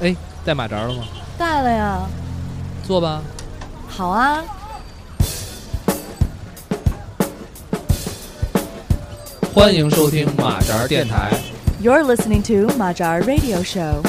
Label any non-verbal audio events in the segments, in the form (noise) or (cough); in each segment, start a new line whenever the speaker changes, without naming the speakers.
哎带马扎了吗？
带了呀，
坐吧。
好啊。
欢迎收听马扎电台。
You're listening to Majar Radio Show.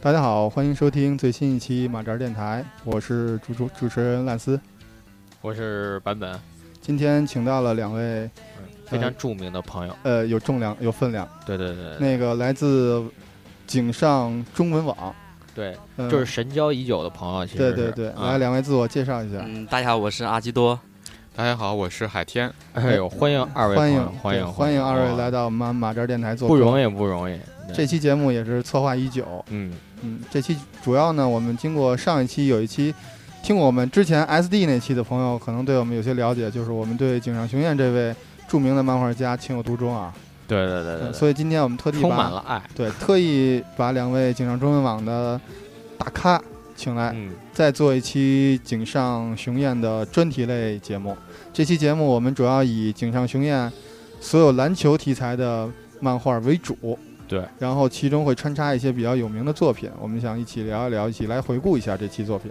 大家好，欢迎收听最新一期马扎电台，我是主主主持人烂斯。
我是版本，
今天请到了两位，
非常著名的朋友。
呃，有重量有分量，
对对对对
那个来自井上中文网，
对，
呃、
就是神交已久的朋友，其实
对
是
对对，
啊
来两位自我介绍一下，
嗯，大家好，我是阿基多。
大家好，我是海天。
哎呦，欢迎二位朋
欢
友，
迎
欢
对
迎
欢迎二位，来
哇
到马马扎电台做
不
客。
容易不容易。对
这期节目也是策划已久，
嗯，
嗯，这期主要呢，我们经过上一期有一期，听我们之前 SD 那期的朋友，可能对我们有些了解，就是我们对井上雄彦这位著名的漫画家情有独钟啊。
对对对
嗯
对对，
所以今天我们特地
呃充满
把
了爱。
对特意把两位井上中文网的大咖请来，
嗯，
再做一期井上雄彦的专题类节目。这期节目我们主要以井上雄彦所有篮球题材的漫画为主，
对，
然后其中会穿插一些比较有名的作品，我们想一起聊一聊，一起来回顾一下这期作品。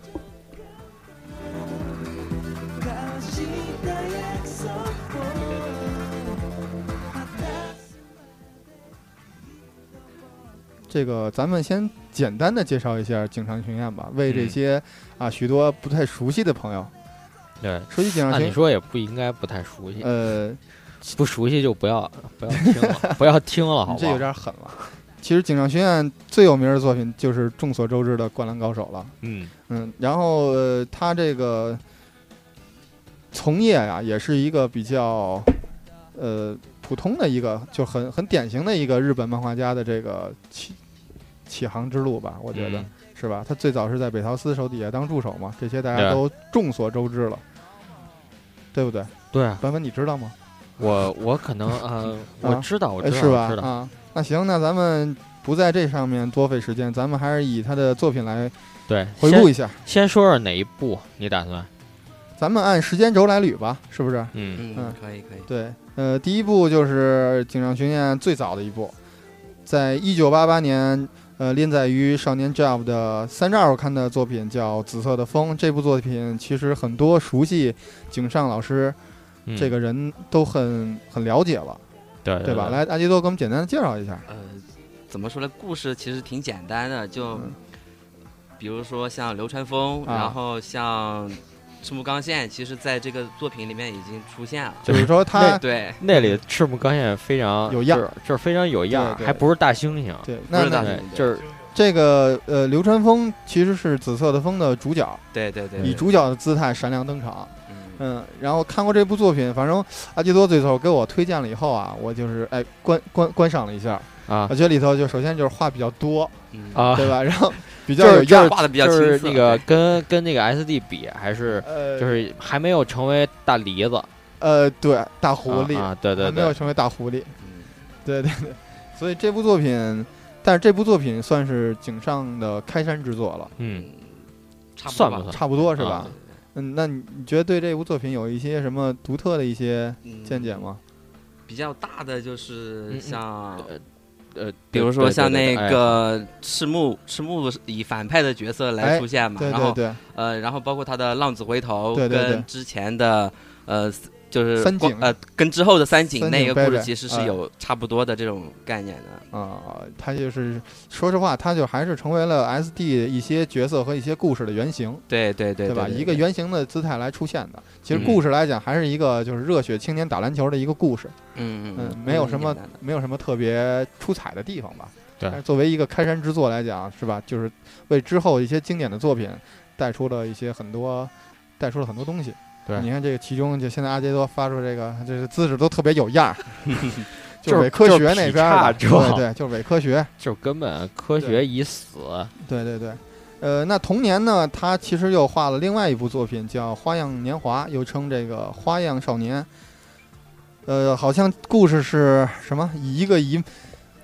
这个咱们先简单的介绍一下井上雄彦吧，为这
嗯
些、啊许多不太熟悉的朋友
对。
说起井上
按
雄
理
彦，
说也不应该不太熟悉，
呃，
不熟悉就不要 (laughs) 不要听了，不要
(laughs)
听了，好
你嗯
吧？
这有点狠了。其实井上学院最有名的作品就是众所周知的《灌篮高手》了。
嗯，
嗯，然后、呃、他这个从业呀、也是一个比较呃普通的一个，就很很典型的一个日本漫画家的这个起起航之路吧，我觉得、
嗯
是吧？他最早是在北条司手底下当助手嘛，这些大
对
家都众所周知了，对不对？
对啊，
版本你知道吗？
我我可能呃，我
(laughs) 啊
知道，我
哎，
知道，
是吧
我知？道，
啊，那行，那咱们不在这上面多费时间，咱们还是以他的作品来
对，
回
先
顾一下。
先说说哪一部你打算？
咱们按时间轴来捋吧，是不是？
嗯，
嗯
嗯，可以可以。
对，呃，第一部就是井上雄彦最早的一部，在一九八八年，呃，连载于《少年 Jump》的三十二刊的作品叫《紫色的风》。这部作品其实很多熟悉井上老师
嗯
这个人都很很了解了，
对
对吧？，来，阿基多给我们简单的介绍一下。
呃，怎么说呢？故事其实挺简单的，就
嗯
比如说像流川枫，
啊
然后像赤木刚宪，其实在这个作品里面已经出现了。
就是说他
对，
那里赤木刚宪非常
有样
就是就是非常有样儿，
对对
还不是大猩猩，
对，
不
那那
是大猩猩
对
对
就是
这个呃，流川枫其实是《紫色的风》的主角，
对对对，
以
对
主角的姿态闪亮登场。
嗯
嗯，然后看过这部作品，反正阿基多最后给我推荐了以后啊，我就是哎观观观赏了一下，
啊
我觉得里头就首先就是话比较多，
嗯，
啊，
对吧？ (laughs) 然后比
就
较
是
有
就
样
是
儿，
画的比较
就
清
是
澈。
那个
对
跟跟那个 SD 比，还是
呃，
就是还没有成为大梨子
呃，对，大狐狸，
啊，啊对对
还没有
对，
成为大狐狸，
嗯
对对对，所以这部作品，但是这部作品算是井上的开山之作了，
嗯，
差不多
算
吧
不算？
差不多是吧？
啊
嗯，那你你觉得对这部作品有一些什么独特的一些
嗯
见解吗？
比较大的就
嗯
是
嗯
像
呃，
比如
对
说
对
像
对对
那
对哎
个赤木，赤木是以反派的角色来
哎
出现嘛，
对
然
对
后
对，
呃，然后包括他的浪子回头
对对对
跟之前的呃就是
三井
光呃跟之后的三井
三井
那个
贝
故
贝
事其实
哎
是有差不多的这种概念的，
啊、他就是说实话，他就还是成为了 SD 一些角色和一些故事的原型，
对对对
吧？一个原型的姿态来出现的。其实
嗯
故事来讲，还是一个就是热血青年打篮球的一个故事，
嗯
嗯
嗯，
没有什么
嗯简单的
没有什么特别出彩的地方吧。
对
但是作为一个开山之作来讲，是吧？就是为之后一些经典的作品带出了一些很多，带出了很多东西。(laughs)
对
你看这个其中就现在阿杰多发出这个，这个姿势都特别有样儿，
(laughs) 就是
伪科学那边的，
就是劈叉是吧
对对，就是伪科学，
就根本科学已死，
对对对。呃，那同年呢，他其实又画了另外一部作品，叫《花样年华》，又称这个《花样少年》。呃，好像故事是什么？以一个以，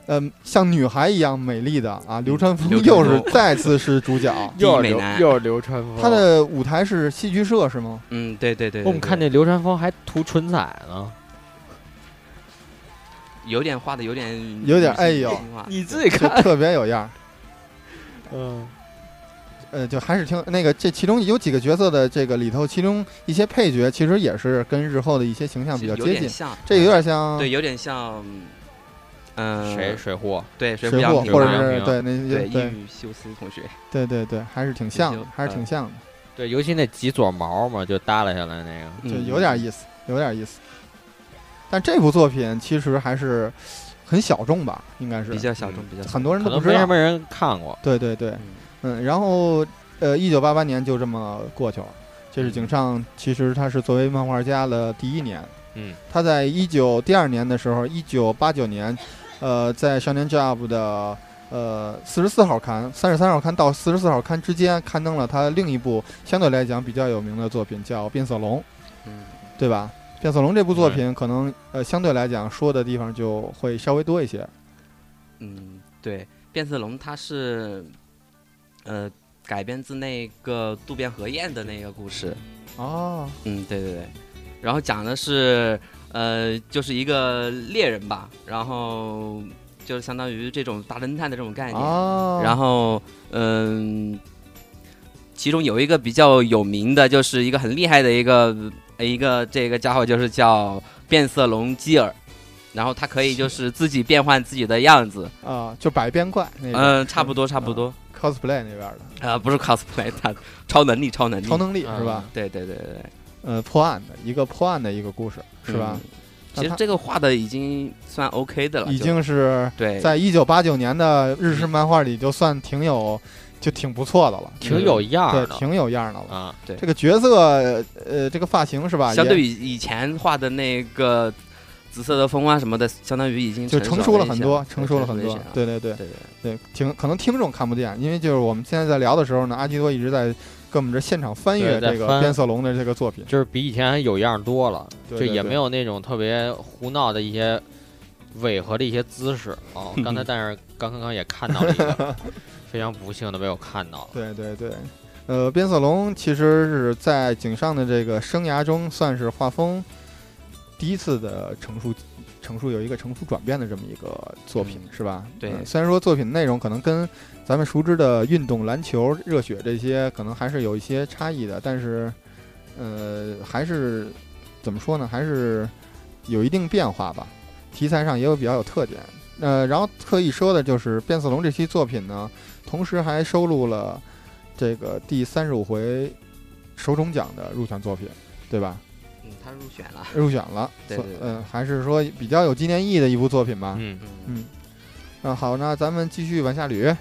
呃，像女孩一样美丽的啊，流川枫
嗯流川
又
枫
是再次是主角。
(laughs)
又是
美
流
男
又是流川枫。
他的舞台是戏剧社是吗？
嗯，对对对对
我们看
对
那流川枫还涂唇彩呢，
有点画的有点
有点哎呦，
啊
你自己
就
看，
特别有样
(laughs)
儿。
嗯，
呃，就还是挺那个，这其中有几个角色的这个里头，其中一些配角其实也是跟日后的一些形象比较
有
接
点
近。啊
像，
这有点像
对，有点像，嗯，
谁水户？
对
水
不
浒
养
平
或
吧
者是
杨平
对那些
对
对
英语修斯同学，
对对对，还是挺像的
也，就
还是挺像的，
对，尤其那几撮毛嘛，就耷拉下来那个，
就有点意思，有点意思。但这部作品其实还是很小众吧，应该
比
是
较小众，比较小
很多人
可
都不
能
知
没什
道。
么人看过。
对对对，
嗯
嗯，然后呃，一九八八年就这么过去了。这是井
嗯
上，其实他是作为漫画家的第一年。
嗯，
他在一九第二年的时候，一九八九年，呃，在《少年 Jump》的呃四十四号刊、三十三号刊到四十四号刊之间，刊登了他另一部相对来讲比较有名的作品，叫《变色龙》，
嗯
对吧？《变色龙》这部作品可能呃相对来讲说的地方就会稍微多一些。
嗯，对，变色龙它是，呃，改编自那个渡边和彦的那个故事，
哦，
嗯，对对对，然后讲的是，呃，就是一个猎人吧，然后就是相当于这种大侦探的这种概念，
哦，
然后嗯，其中有一个比较有名的，就是一个很厉害的一个一个这个家伙，就是叫变色龙基尔，然后他可以就是自己变换自己的样子，
啊、就百变怪那种、啊
嗯，差不多差不多，
cosplay 那边的
啊、不是 cosplay，他 (laughs) 超能力超能力，
超能力
嗯
是吧？
对对对对
呃，破案的一个破案的一个故事
对，
是吧
嗯？？
那
其实
他
这个画的已经算 OK 的了，
已
就
经是
对，
在一九八九年的日式漫画里就算挺有，就挺不错的了，
挺有样
对
儿，的
挺有样儿的了。
啊，
对
这个角色，呃呃，这个发型是吧？
相对
也
于以前画的那个紫色的风啊什么的，相当于已经
就成熟了
一
很
些
多，
对
成熟了很
一
多
些啊。
对对对
对对。
对，挺可能听众看不见，因为就是我们现在在聊的时候呢，阿基多一直在跟我们这现场翻阅
对在
这个
翻
变色龙的这个作品，
就是比以前还有样儿多了，
对
就
对
也
对
没有那种特别胡闹的一些违和的一些姿势
(laughs)
啊。刚才但是刚刚刚也看到了一个，非常不幸的被我看到了。
对对对，呃，变色龙其实是在井上的这个生涯中，算是画风第一次的成熟，成熟有一个成熟转变的这么一个作品，是吧？
对
呃虽然说作品内容可能跟咱们熟知的运动、篮球、热血这些可能还是有一些差异的，但是，呃，还是怎么说呢？还是有一定变化吧。题材上也有比较有特点。呃，然后可以说的就是《变色龙》这期作品呢，同时还收录了这个第三十五回手冢奖的入选作品，对吧？
嗯，他入选了。
入选了，
对
所
对对
嗯、还是说比较有纪念意义的一部作品吧。
嗯，
嗯，
嗯，那好，那咱们继续往下捋，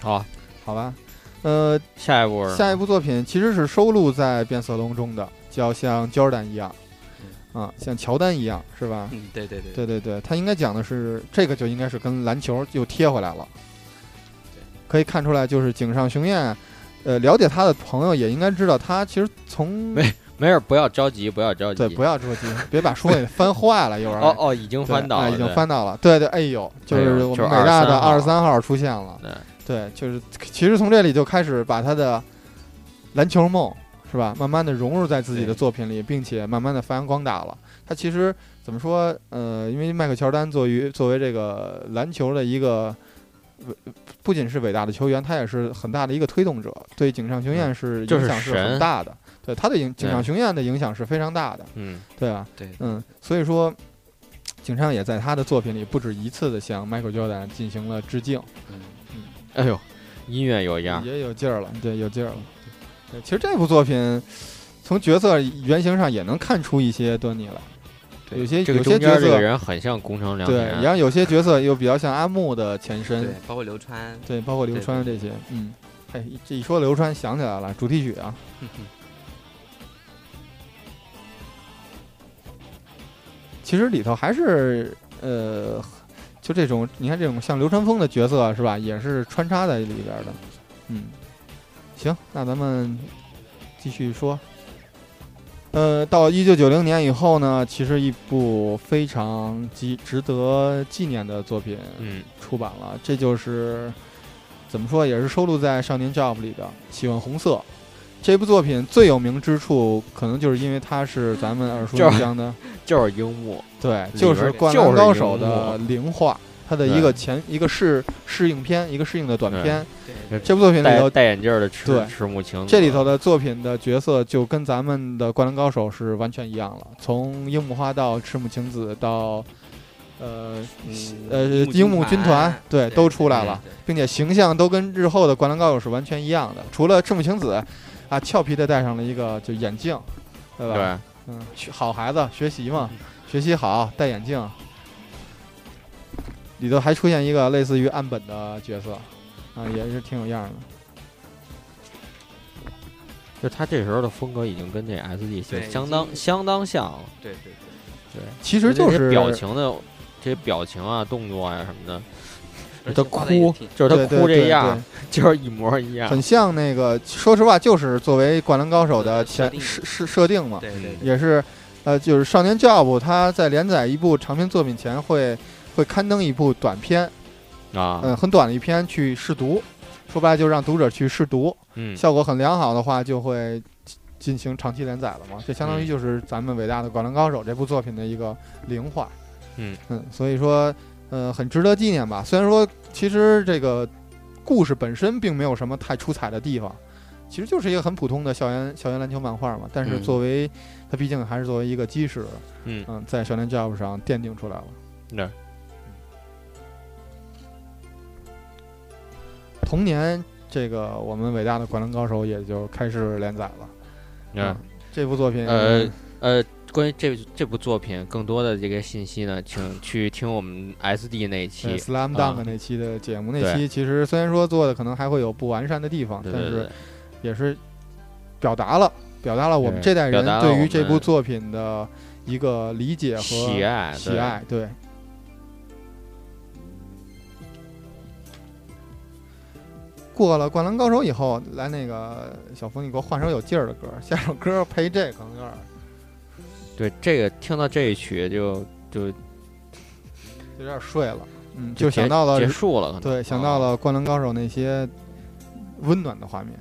好，
好吧？呃，
下一啊步是
下一部作品其实是收录在《变色龙》中的，就要像 Jordan 一样，
嗯
啊，像乔丹一样，是吧？
嗯，对对对，
对对对，他应该讲的是这个，就应该是跟篮球又贴回来了。可以看出来，就是井上雄彦，呃，了解他的朋友也应该知道，他其实从
没没事儿，不要着急，不要着急。
对不要着急，别把书给翻坏
(laughs)
了，一会儿
哦哦，已经
对
翻到
哎
了，
已经
对
翻到了。对对，哎呦，就
哎呦
是我
就
们
是
北大的
23号
二十三号出现了。
对
对，就是其实从这里就开始把他的篮球梦是吧，慢慢的融入在自己的
对
作品里，并且慢慢的发扬光大了。他其实怎么说？呃，因为迈克乔丹作为作为这个篮球的一个伟，不仅是伟大的球员，他也是很大的一个推动者，对井上雄彦是
嗯就
影
是
响是
神
很大的。对他对井井上
对
雄彦的影响是非常大的，
嗯，
对吧？
对
嗯，所以说，井上也在他的作品里不止一次的向 Michael Jordan 进行了致敬，
嗯
哎呦，音乐有样儿，
也有劲儿了，对，有劲儿了。对，其实这部作品从角色原型上也能看出一些端倪来，啊
对
有些
这个
有
中
些
间
角
这个
色
人很像宫城良
对，
田，
然后有些角色又比较像阿木的前身
对，，包括流川，
对，包括流
对
川这些，嗯，哎，这一说流川想起来了，主题曲
(laughs)
啊，其实里头还是呃，就这种，你看这种像流川枫的角色是吧，也是穿插在里边的。嗯，行，那咱们继续说。呃，到一九九零年以后呢，其实一部非常值值得纪念的作品
嗯，
出版了，这就是怎么说也是收录在《少年 Jump》里的《喜欢红色》。这部作品最有名之处，可能就是因为它是咱们耳熟
就是
能详
(laughs)
的，
就是樱木，
对，
里
就
边
是
儿
《灌
就是
篮高
樱
手》
木
的零话，它的一
对
个前一个试试映片，一个试映的短
对
片。
对
这部作品里
戴
头，
戴眼镜儿的赤
对
赤木晴子，
这里头的作品的角色就跟咱们的《灌篮高手》是完全一样了，从樱木花道、赤木晴子到。呃
嗯
呃，樱木军团对都出来了，
对
并且形象都跟日后的《灌篮高手》是完全一样的，除了赤木晴子，啊，俏皮的戴上了一个就眼镜，对吧？
对，
嗯，学好孩子学习嘛，学习好，戴眼镜。里头还出现一个类似于岸本的角色，啊，也是挺有样儿的。
就他这时候的风格已经跟这 S D
对已
相当
经
相当像了，
对对对。
其实就
这些
是
表情的这些表情啊、动作呀、什么的，
而
他
且画得也
哭
挺，
就是
对
他
对
哭这
对
样儿
对，
就是一模一样。
很像那个。说实话，就是作为《灌篮高手》的
呃设
前
定
设设设定嘛，
对对对，
也是，呃，就是少年 Jump 他在连载一部长篇作品前会会刊登一部短篇，
啊，
嗯，很短的一篇去试读，说白了就让读者去试读。
嗯，
效果很良好的话，就会进进行长期连载了嘛。这相当于
嗯
就是咱们伟大的《灌篮高手》这部作品的一个零化。
嗯
所以说，呃，很值得纪念吧。虽然说，其实这个故事本身并没有什么太出彩的地方，其实就是一个很普通的校园校园篮球漫画嘛。但是
嗯
作为、它，毕竟还是作为一个基石，
嗯
在《少年 Jump》上奠定出来了。
对
同年，这个我们伟大的《灌篮高手》也就开始连载了。
嗯，
这部作品，
呃呃，关于这这部作品更多的这个信息呢，请去听我们 S D 那一
对
期。
Slam
啊
Dunk 那期的节目，那期其实虽然说做的可能还会有不完善的地方，
对
但
对
是
对，
也是表达了表达了我们
对
这代人
表达了
对
我
于
们
这部作品的一个理解和
喜爱
喜，爱。对，过了《灌篮高手》以后，来那个小峰，你给我换首有劲儿的歌，下首歌配这可能有点儿
对对这个听到这一曲就就
有点儿睡了，嗯，
就
就
结
想到了
结束了，可能
对，想
啊
到了《灌篮高手》那些温暖的画面。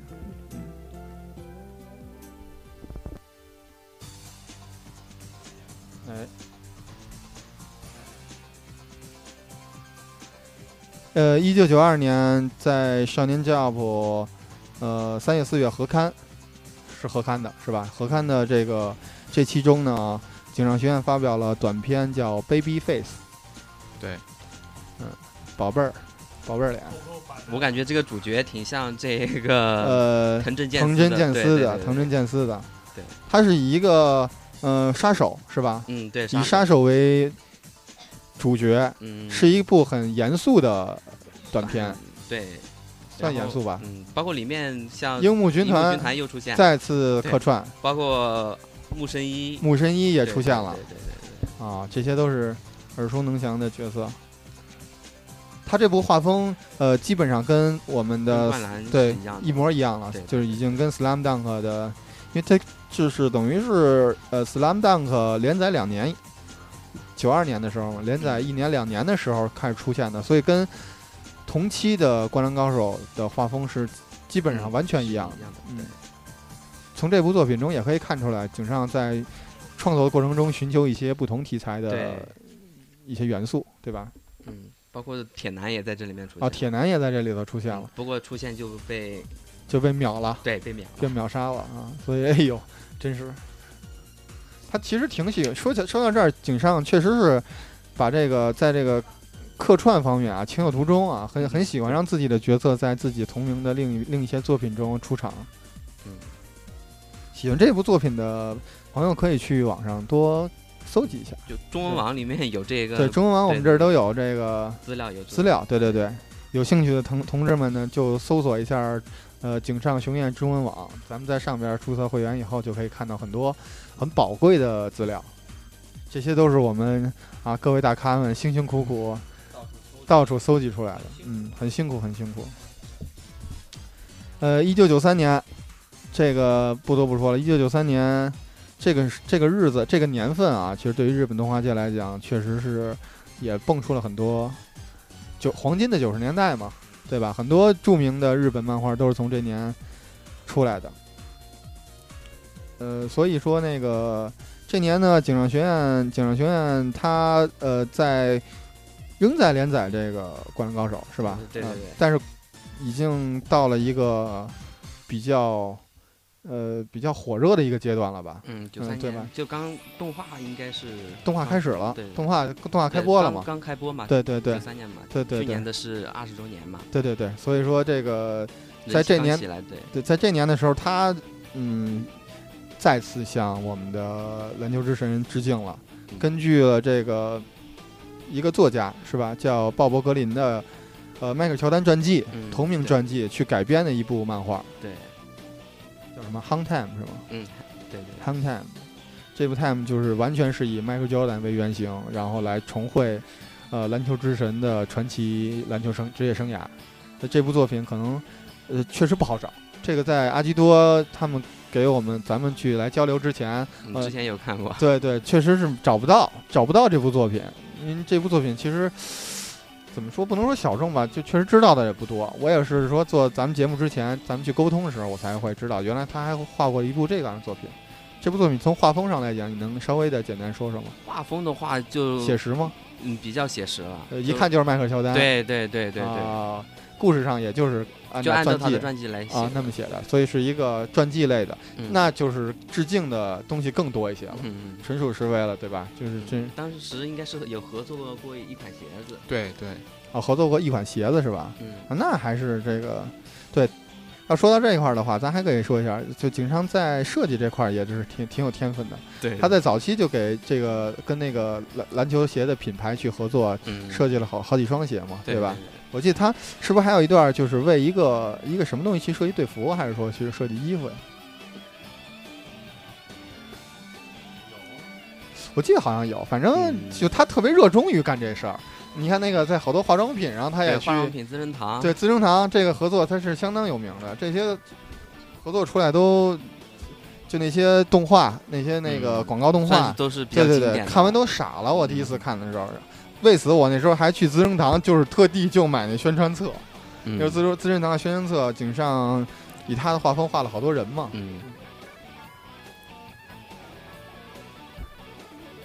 嗯哎，呃，一九九二年在《少年 Jump》呃三月四月合刊，是合刊的是吧？合刊的这个这其中呢，警上学院发表了短篇叫《Baby Face》，
对，
嗯，宝贝儿，宝贝儿脸，
我感觉这个主角挺像这个
呃，
藤真
藤
真
真健司的，藤真健司的，
对，
他是以一个呃杀手是吧？
嗯对，
以
手
杀手为主角，
嗯
是一部很严肃的短片，
对，
算严肃吧。
嗯，包括里面像
樱木军
嗯樱木
团
军团又出现，
再次客串，
包括木神一
木神一也
对
出现了
对对对
啊，这些都是耳熟能详的角色。他这部画风，呃，基本上跟我们
对，跟
的
灌篮
对
是一样的
一模一样了
对，对
就是已经跟 Slam Dunk 的，因为它就是等于是呃 Slam Dunk 连载两年，九二年的时候连载一年两年的时候开始出现的，所以跟同期的《灌篮高手》的画风是基本上完全一样
是
的。
一样的，
嗯
对
从这部作品中也可以看出来，井上在创作的过程中寻求一些不同题材的
对
一些元素，对吧？
嗯，包括铁男也在这里面出现嗯
啊，铁男也在这里头出现了，，
不过出现就被
就被秒了。
对被秒了，
被秒杀了啊！所以哎呦，真是，他其实挺喜欢。说起说到这儿，井上确实是把这个在这个客串方面啊，情有独钟啊，很很喜欢让自己的角色在自己同名的另一另一些作品中出场。
嗯，
喜欢这部作品的朋友可以去网上多搜集一下。
就中文网里面有
对，
这个
中文网我们
对
这儿都有这个
资料有
资料，对对对，有兴趣的同同志们呢，就搜索一下，呃，井上雄彦中文网，咱们在上边注册会员以后，就可以看到很多很宝贵的资料。这些都是我们啊各位大咖们辛辛苦苦到处搜集出来的，嗯，很辛苦，很辛苦。呃，一九九三年，这个不多不说了。一九九三年，这个是这个日子，这个年份啊，其实对于日本动画界来讲，确实是也蹦出了很多九黄金的九十年代嘛，对吧？很多著名的日本漫画都是从这年出来的。呃，所以说那个这年呢，井上学院，井上学院它呃在仍在连载这个《灌篮高手》，是吧？
对对对
呃但是已经到了一个比较呃比较火热的一个阶段了吧？
嗯，九三
对吧
年就刚动画应该是
动画开始了，
啊对
动画动画
对
开播了
刚
嘛？
刚开播嘛，
对对对
九三年嘛，
对对
去
对
年的是二十周年嘛，
对对对，所以说这个
人
在
气
这
刚
年
起来，对，
对，在这年的时候，他嗯再次向我们的篮球之神致敬了，
嗯
根据了这个一个作家是吧，叫鲍勃格林的呃迈克尔乔丹传记
嗯
同名
对
传记去改编的一部漫画，
对
叫什么《Hang Time》是吗？
嗯对对，
《Hang Time》这部《Time》就是完全是以 Michael Jordan 为原型，然后来重绘，呃，篮球之神的传奇篮球生职业生涯。那这部作品可能，呃，确实不好找。这个在阿基多他们给我们咱们去来交流之前，
嗯
呃
之前有
(laughs)
看过，
对对，确实是找不到，找不到这部作品。因为这部作品其实怎么说，不能说小众吧，就确实知道的也不多。我也是说做咱们节目之前，咱们去沟通的时候，我才会知道，原来他还画过一部这样的作品。这部作品从画风上来讲，你能稍微的简单说说吗？
画风的话就
写实吗？
嗯比较写实了，
呃，一
就
看就是迈克尔乔丹。
对对对对对，
啊、故事上也就是按
就
照
按照
传
他的
记
传记来写
啊那么写的，所以是一个传记类的，
嗯
那就是致敬的东西更多一些了，
嗯嗯
纯属是为了对吧？就是
嗯
真
当时应该是有合作过一款鞋子，
对对，
啊，合作过一款鞋子是吧？
嗯
啊，那还是这个，对。要说到这一块儿的话，咱还可以说一下，就井上在设计这块儿也是挺挺有天分的。
对
他在早期就给这个跟那个篮篮球鞋的品牌去合作，
嗯
设计了好好几双鞋嘛，
对
吧？？我记得他是不是还有一段就是为一个一个什么东西去设计队服，还是说去设计衣服呀？我记得好像有，反正
嗯
就他特别热衷于干这事儿。你看那个在好多化妆品上，他
对
也去
化妆品啊资生堂，
对资生堂这个合作，它是相当有名的。这些合作出来都就那些动画，那些那个
嗯
广告动
算
画
是，都是比较
对
经
对对，
典的
看完都傻了。我第一次看的时候，为此我那时候还去资生堂，就是特地就买那宣传册，
嗯
就是资生资生堂的宣传册，井上以他的画风画了好多人嘛。
嗯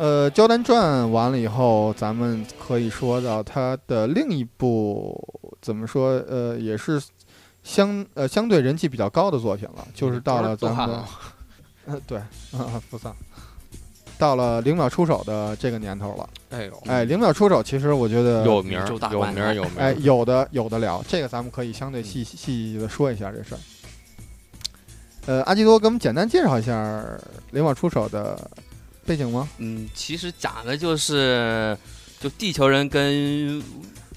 呃，《焦丹传》完了以后，咱们可以说到它的另一部怎么说？呃，也是相呃相对人气比较高的作品了，就是到了咱们的
都看了，
呃 (laughs) 对，啊、不丧，到了零秒出手的这个年头了。
哎呦，
哎，零秒出手，其实我觉得
有名儿
周大
有
观
名儿有名
哎
儿，
有的有的聊，这个咱们可以相对细细细的说一下这事儿。呃，阿基多给我们简单介绍一下零秒出手的背景吗？
嗯，其实讲的就是就地球人跟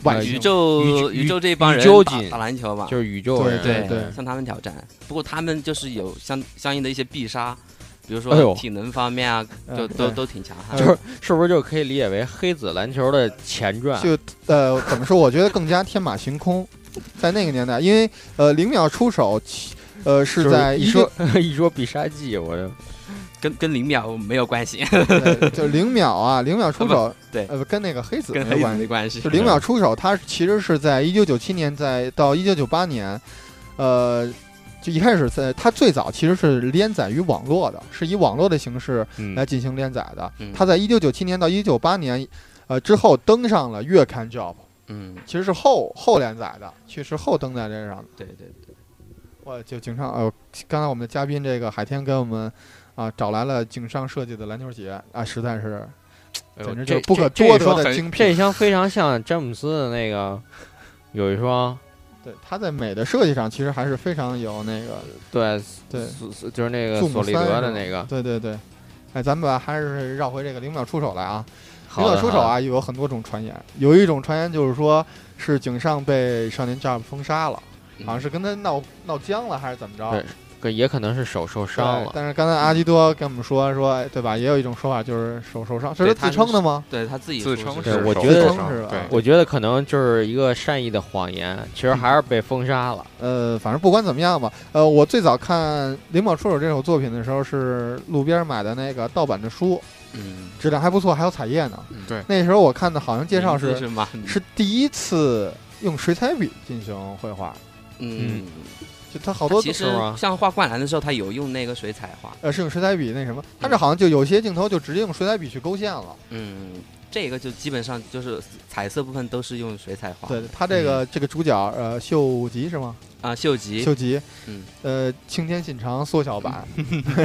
外
宇
星
宙
宇
宇宙这帮
宇
人
宙
打
锦
打篮球嘛，
就是呃宇宙人，
对对
向他们挑战。不过他们就是有相相应的一些必杀，比如
哎呦
说体能方面啊，就
嗯
都
对
都挺强悍
哎
的。
就是是不是就可以理解为黑子篮球的前传？啊
就呃，怎么说？我觉得更加天马行空，在那个年代，因为呃，零秒出手，其呃，
就是
在
一
19
说 (laughs) 一说必杀技，我这
跟跟零秒没有关系，
呃就是零秒啊，零秒出
(laughs)
手，
对
呃，不跟那个黑子
跟
没
黑
有
子
关系。
没关系
就。零秒出手，它其实是在一九九七年在到一九九八年，呃，就一开始在它最早其实是连载于网络的，是以网络的形式
嗯
来进行连载的。
嗯
它在一九九七年到一九九八年，呃之后登上了月刊 Job，
嗯，
其实是后后连载的，其实后登在这上的。
对对对，
我就井上呃，刚才我们的嘉宾这个海天给我们啊、找来了井上设计的篮球鞋啊，实在是
哎呦
简直
这
就是不可
这
多
这双
得的
很
精品。
这双非常像詹姆斯的那个，有一双
对，它在美的设计上其实还是非常有那个
对
对
索索就是那个
字
索
母
利
三
德
是
的
吧
那个。
对对对。哎，咱们把还是绕回这个零秒出手来啊。零
好
秒
的
出手，啊，有很多种传言，有一种传言就是说是井上被少年 Jump 封杀了，好像
嗯
是跟他闹闹僵了还是怎么着
对？可也可能是手受伤
对
了。
但是刚才阿基多跟我们说说，哎对吧？也有一种说法就是手受伤，这是
对他
自称的吗？
对他自己
自
说
称
是
是
对我
手
觉得
受伤
是吧
对，
我觉得可能就是一个善意的谎言，
嗯
其实还是被封杀了。
呃，反正不管怎么样吧，呃，我最早看《灵宝出手》这首作品的时候是路边买的那个盗版的书，
嗯，
质量还不错，还有彩页呢。
对
那时候我看的好像介绍
名
是
字是吗？
是第一次用水彩笔进行绘画，
嗯，
就他好多
其实
是吗
像画灌篮的时候，他有用那个水彩画，
呃是用水彩笔那什么，他这好像就有些镜头就直接用水彩笔去勾线了。
嗯，这个就基本上就是彩色部分都是用水彩画。
对他这个、这个主角呃秀吉是吗？
啊，秀嗯吉，
秀吉，
嗯，
呃青天信长缩小版、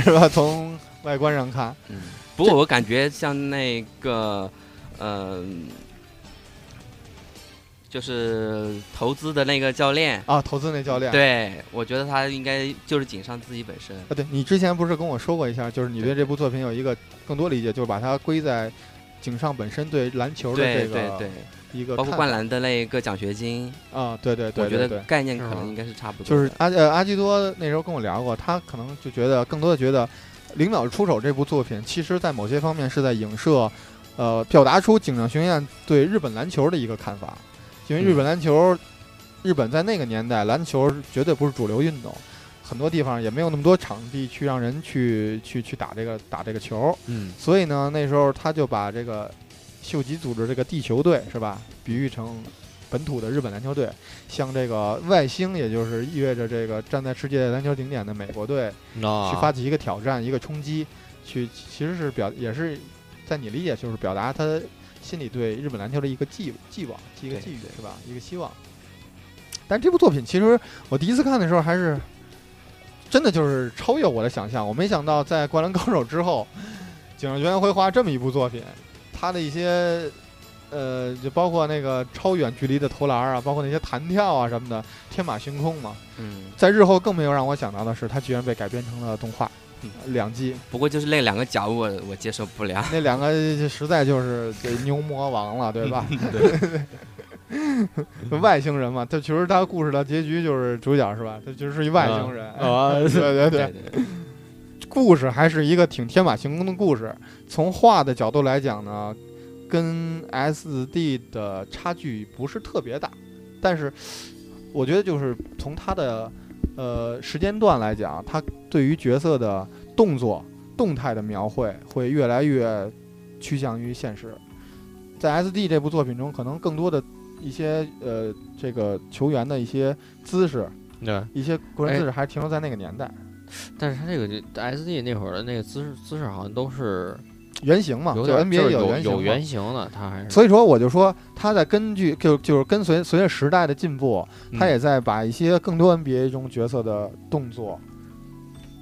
是吧？从外观上看，
嗯，不过我感觉像那个，呃，就是投资的那个教练，
啊，投资那教练。
对我觉得他应该就是井上自己本身。
啊，对你之前不是跟我说过一下，就是你对这部作品有一个更多理解，就是把它归在井上本身对篮球的
对
这
对
个
对，
一个
包括
看
灌
法
篮的那个奖学金，
啊，对对
我
对
觉
对
得
对，
概念
是
可能
吗
应该是差不多
就
的。
是阿呃阿基多那时候跟我聊过，他可能就觉得更多的觉得《领导出手》这部作品，其实在某些方面是在影射，呃，表达出井上雄彦对日本篮球的一个看法，因为日
嗯
本篮球，日本在那个年代篮球绝对不是主流运动。很多地方也没有那么多场地去让人去去去打这个打这个球，
嗯，
所以呢，那时候他就把这个秀吉组织这个地球队是吧，比喻成本土的日本篮球队，像这个外星，也就是意味着这个站在世界篮球顶点的美国队
那
啊
去发起一个挑战、一个冲击，去其实是表也是在你理解就是表达他心里对日本篮球的一个寄寄望、一个
对
寄予是吧？一个希望。但这部作品其实我第一次看的时候还是真的就是超越我的想象，我没想到在《灌篮高手》之后，井上源会画这么一部作品，他的一些。呃，就包括那个超远距离的投篮啊，包括那些弹跳啊什么的，天马行空嘛。
嗯，
在日后更没有让我想到的是，它居然被改编成了动画，呃
嗯
两季。
不过就是那两个假物我我接受不了。
那两个实在就是这牛魔王了，对吧？ (laughs) 外星人嘛，他其实他故事的结局就是主角是吧？他就是一外星人，哎
啊，
(laughs) 对对对。
对，
故事还是一个挺天马行空的故事。从画的角度来讲呢，跟 S D 的差距不是特别大，但是我觉得就是从它的呃时间段来讲，它对于角色的动作动态的描绘会越来越趋向于现实。在 S D 这部作品中，可能更多的一些呃这个球员的一些姿势、
对，
一些个人
哎
姿势还停留在那个年代，
但是他这个 S D 那会儿的那个姿势姿势好像都是
原型嘛，
有
啊就
点
NBA
就
原
是有
型嘛
有原型的，他还是
所以说，我就说他在根据就就是跟随随着时代的进步，
嗯
他也在把一些更多 NBA 中角色的动作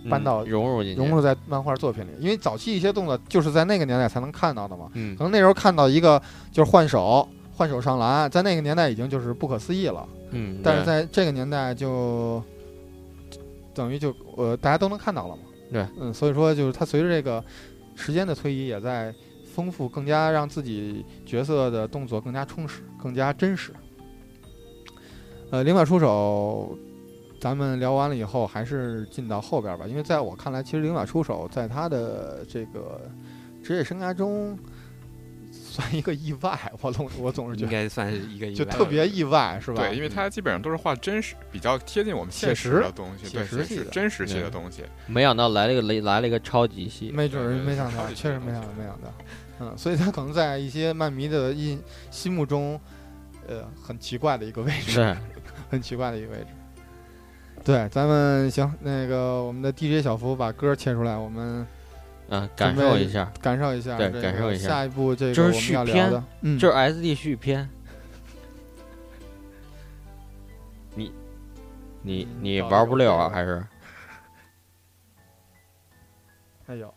嗯
搬到
融入进去，
融入在漫画作品里，因为早期一些动作就是在那个年代才能看到的嘛。
嗯
可能那时候看到一个就是换手换手上篮，在那个年代已经就是不可思议了，
嗯，
但是在这个年代就等于就呃大家都能看到了嘛。
对，
嗯，所以说就是他随着这个时间的推移，也在丰富，更加让自己角色的动作更加充实，更加真实。呃，灵感出手，咱们聊完了以后，还是进到后边儿吧，因为在我看来，其实灵感出手在他的这个职业生涯中算一个意外，我总我总是觉
应
得
该算是一个意
就
外
特别意外，是吧？嗯
对，因为它基本上都是画真实，比较贴近我们现
写实
实的东西，
写
对，
实
写
系
实
的
真实系的
对
东西。
没想到来了一个来来了一个超级系，
没准儿没想到
对，对
确实没想到，没
(laughs)
想到。嗯，所以他可能在一些漫迷的印心目中，呃，很奇怪的一个位置，
是
很奇怪的一个位置。对，咱们行，那个我们的 DJ 小福把歌切出来，我们
嗯，感
准备
受一下，
感受一下，
对
这个
感受一下
下一步这
这
个
是
我们要
续
聊
篇
的，嗯，
这是 S D 续篇。 (laughs) 你你你
搞
玩
这
不
个
溜啊？
这个
还是
还
哎
有。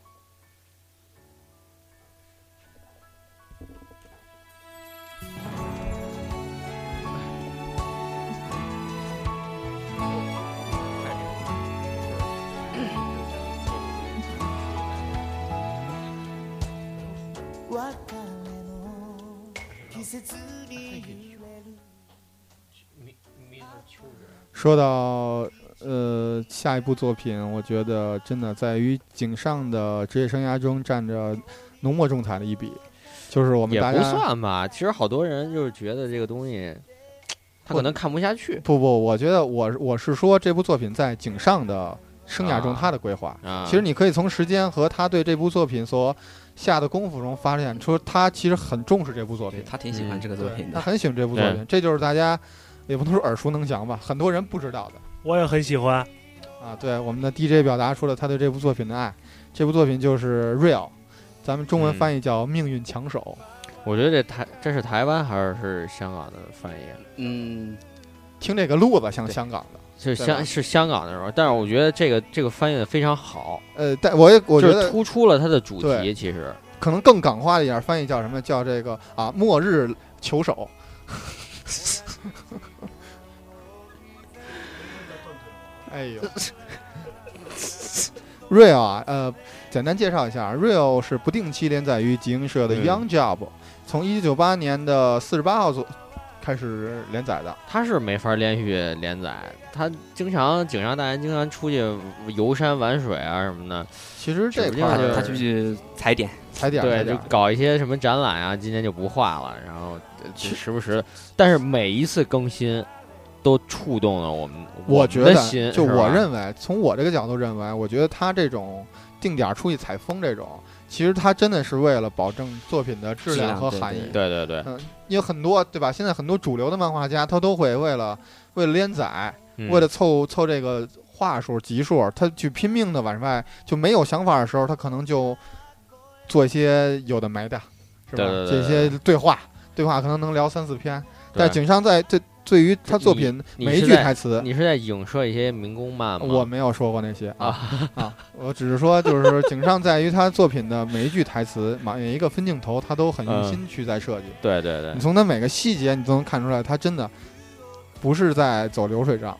別れの季節に揺れる
说到呃的下一部作品，我觉得真的在于井上的职业生涯中占着浓墨重彩的一笔，就是我们
也
大
不
家
算吧。其实好多人就是觉得这个东西，他可能看不下去
不不，我觉得我我是说这部作品在井上的生涯中
啊
他的规划，
啊。
其实你可以从时间和他对这部作品所下的功夫中发现出，他其实很重视这部作
对
品，
他挺喜欢
嗯
这个作
对
品
他
的。
很喜欢这部作品，这就是大家也不能说耳熟能详吧，很多人不知道的
我也很喜欢。
啊。对，我们的 DJ 表达出了他对这部作品的爱，这部作品就是《Real》，咱们中文
嗯
翻译叫《命运强手》。
我觉得这台这是台湾还是香港的翻译？啊
嗯，
听这个路子像
对
香港的，
是
对吧
香是香港的时候，但是我觉得这个这个翻译的非常好，
呃，但我也我觉
就是
得
突出了它的主
对
题。其实
可能更港化的一点，翻译叫什么？叫这个啊，末日球手。
(laughs)
哎呦，Real 啊，呃，简单介绍一下，Real 啊是不定期连载于集英社的
嗯
Young Job，、从一九九八年的四十八号左开始连载的。
它是没法连续连载，它经常井上大人经常出去游山玩水啊什么的，
其实这
指不定
块
他
就是
儿
他去踩点，
踩点儿踩
对，
点
就
儿，
搞一些什么展览啊，今天就不画了，然后呃就时不时的，但是每一次更新都触动了我们，
我觉
们的
得
心，
就是我
吧
认为，从我这个角度认为，我觉得他这种定点儿出去采风这种，其实他真的是为了保证作品的质
质
量
量
和
对
含义
对。
对对对，
嗯，有很多对吧？现在很多主流的漫画家，他都会为了为了连载，
嗯
为了凑凑这个话数集数，他去拼命的往外，就没有想法的时候，他可能就做一些有的没的，是吧？
对对对
这
对
些对话，对话可能能聊三四篇，
对
但是井上在这对于他作品
你
每一
是
句
在
台词，
你是在影射一些民工漫吗？
我没有说过那些
啊
啊，我只是说，就是井上在于他作品的每一句台词、每一个分镜头，他都很用心去在设计。
对对嗯对
你，从他每个细节，你都能看出来，他真的不是在走流水账，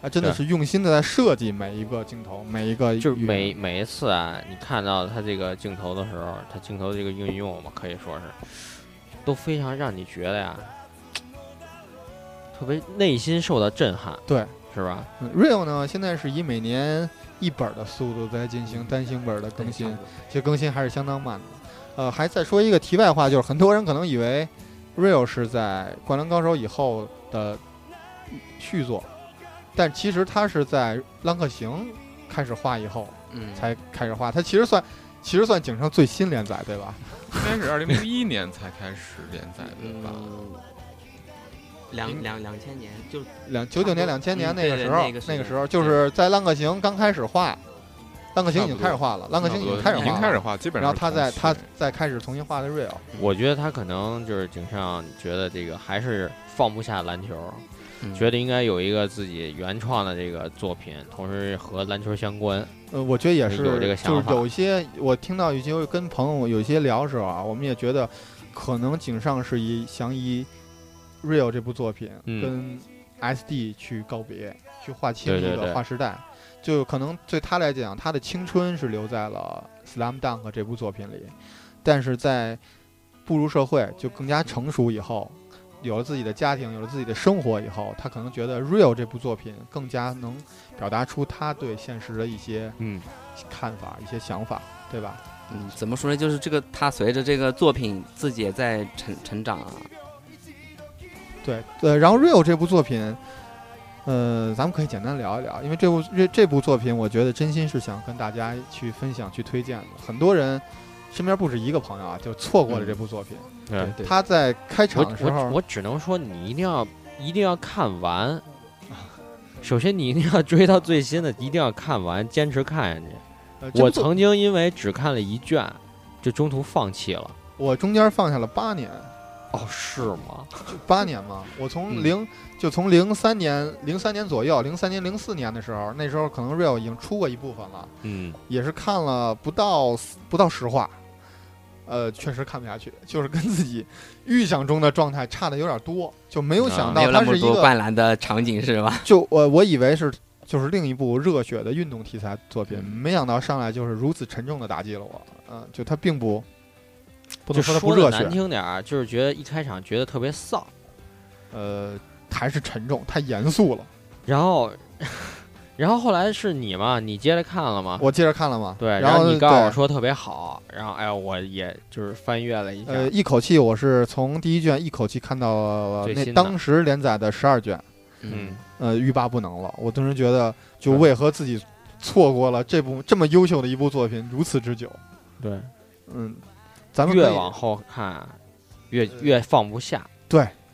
他真的
对
是用心的在设计每一个镜头、每一个
就是
语言
每每一次啊，你看到他这个镜头的时候，他镜头这个运用嘛，可以说是都非常让你觉得呀，特别内心受到震撼，
对。
是吧？
嗯 Real 呢，现在是以每年一本的速度在进行单行本的更新，其实更新还是相当慢的。呃，还再说一个题外话，就是很多人可能以为 Real 是在《灌篮高手》以后的续作，但其实他是在《浪客行》开始画以后
嗯，
才开始画，他其实算其实算井上最新连载，对吧？
应该是二零零一年才开始连载的吧？
嗯，两两两千年就
两九九年、两千年
嗯
那个
对
时候，
那个时候
那个时候就是在《浪客行》刚开始画，《浪客行》已经开始画了，《浪客行》已经开始
已经
画
开始
了，
画，基本
然
上
后他
是同
再
期
他再开始重新画的 Real。
我觉得他可能就是井上觉得这个还是放不下篮球，
嗯
觉得应该有一个自己原创的这个作品，同时和篮球相关。
呃，我觉得也是，
有这个
就
想
是
法
有一些我听到一些跟朋友有一些聊的时候啊，我们也觉得可能井上是以想以 Real 这部作品
嗯
跟 SD 去告别，去划清一
对对
个
对
划时代。就可能对他来讲，他的青春是留在了《Slam Dunk》这部作品里，但是在步入社会就更加成熟以后，有了自己的家庭，有了自己的生活以后，他可能觉得《Real》这部作品更加能表达出他对现实的一些
嗯，
看法、一些想法，对吧？
嗯，怎么说呢？就是这个，他随着这个作品自己也在成成长啊。
对，呃，然后《Real》这部作品，呃，咱们可以简单聊一聊，因为这部这这部作品，我觉得真心是想跟大家去分享、去推荐的。很多人身边不止一个朋友啊，就错过了这部作品。
嗯对
对，他在开场
我
的时
我
候，
我只能说你一定要一定要看完。首先，你一定要追到最新的，一定要看完，坚持看下去。
呃这部
我
作
曾经因为只看了一卷，就中途放弃了。
我中间放下了八年，
哦，是吗？
八年嘛，我从
嗯
零、就从零三年、零三年左右、零三年、零四年的时候，那时候可能 Real 已经出过一部分了，
嗯，
也是看了不到不到十话，呃，确实看不下去，就是跟自己预想中的状态差的有点多，就没有想
啊
没
到
有那
它
么
是一
多
个，
灌篮的场景是
(laughs)
吧？
就我我以为是就是另一部热血的运动题材作
嗯
品，没想到上来就是如此沉重的打击了我，嗯、就它并不不
就
能它不
说
热
的难
血，
听点儿，就是觉得一开场觉得特别丧，
呃，还是沉重，太严肃了。
然后，然后后来是你嘛，你接着看了嘛？
我接着看了嘛，
啊对，
然
后你告诉我
对，
说特别好，然后哎呀，我也就是翻阅了一下，嗯
呃，一口气我是从第一卷一口气看到了
最
那
新的
当时连载的十二卷，
嗯，
呃，欲罢不能了。我顿时觉
(laughs)
得，就
对
为何自己错过了这部这么优秀的一部作品如此之久？
对，
嗯，咱们可
越
以
往后看，越越放不下。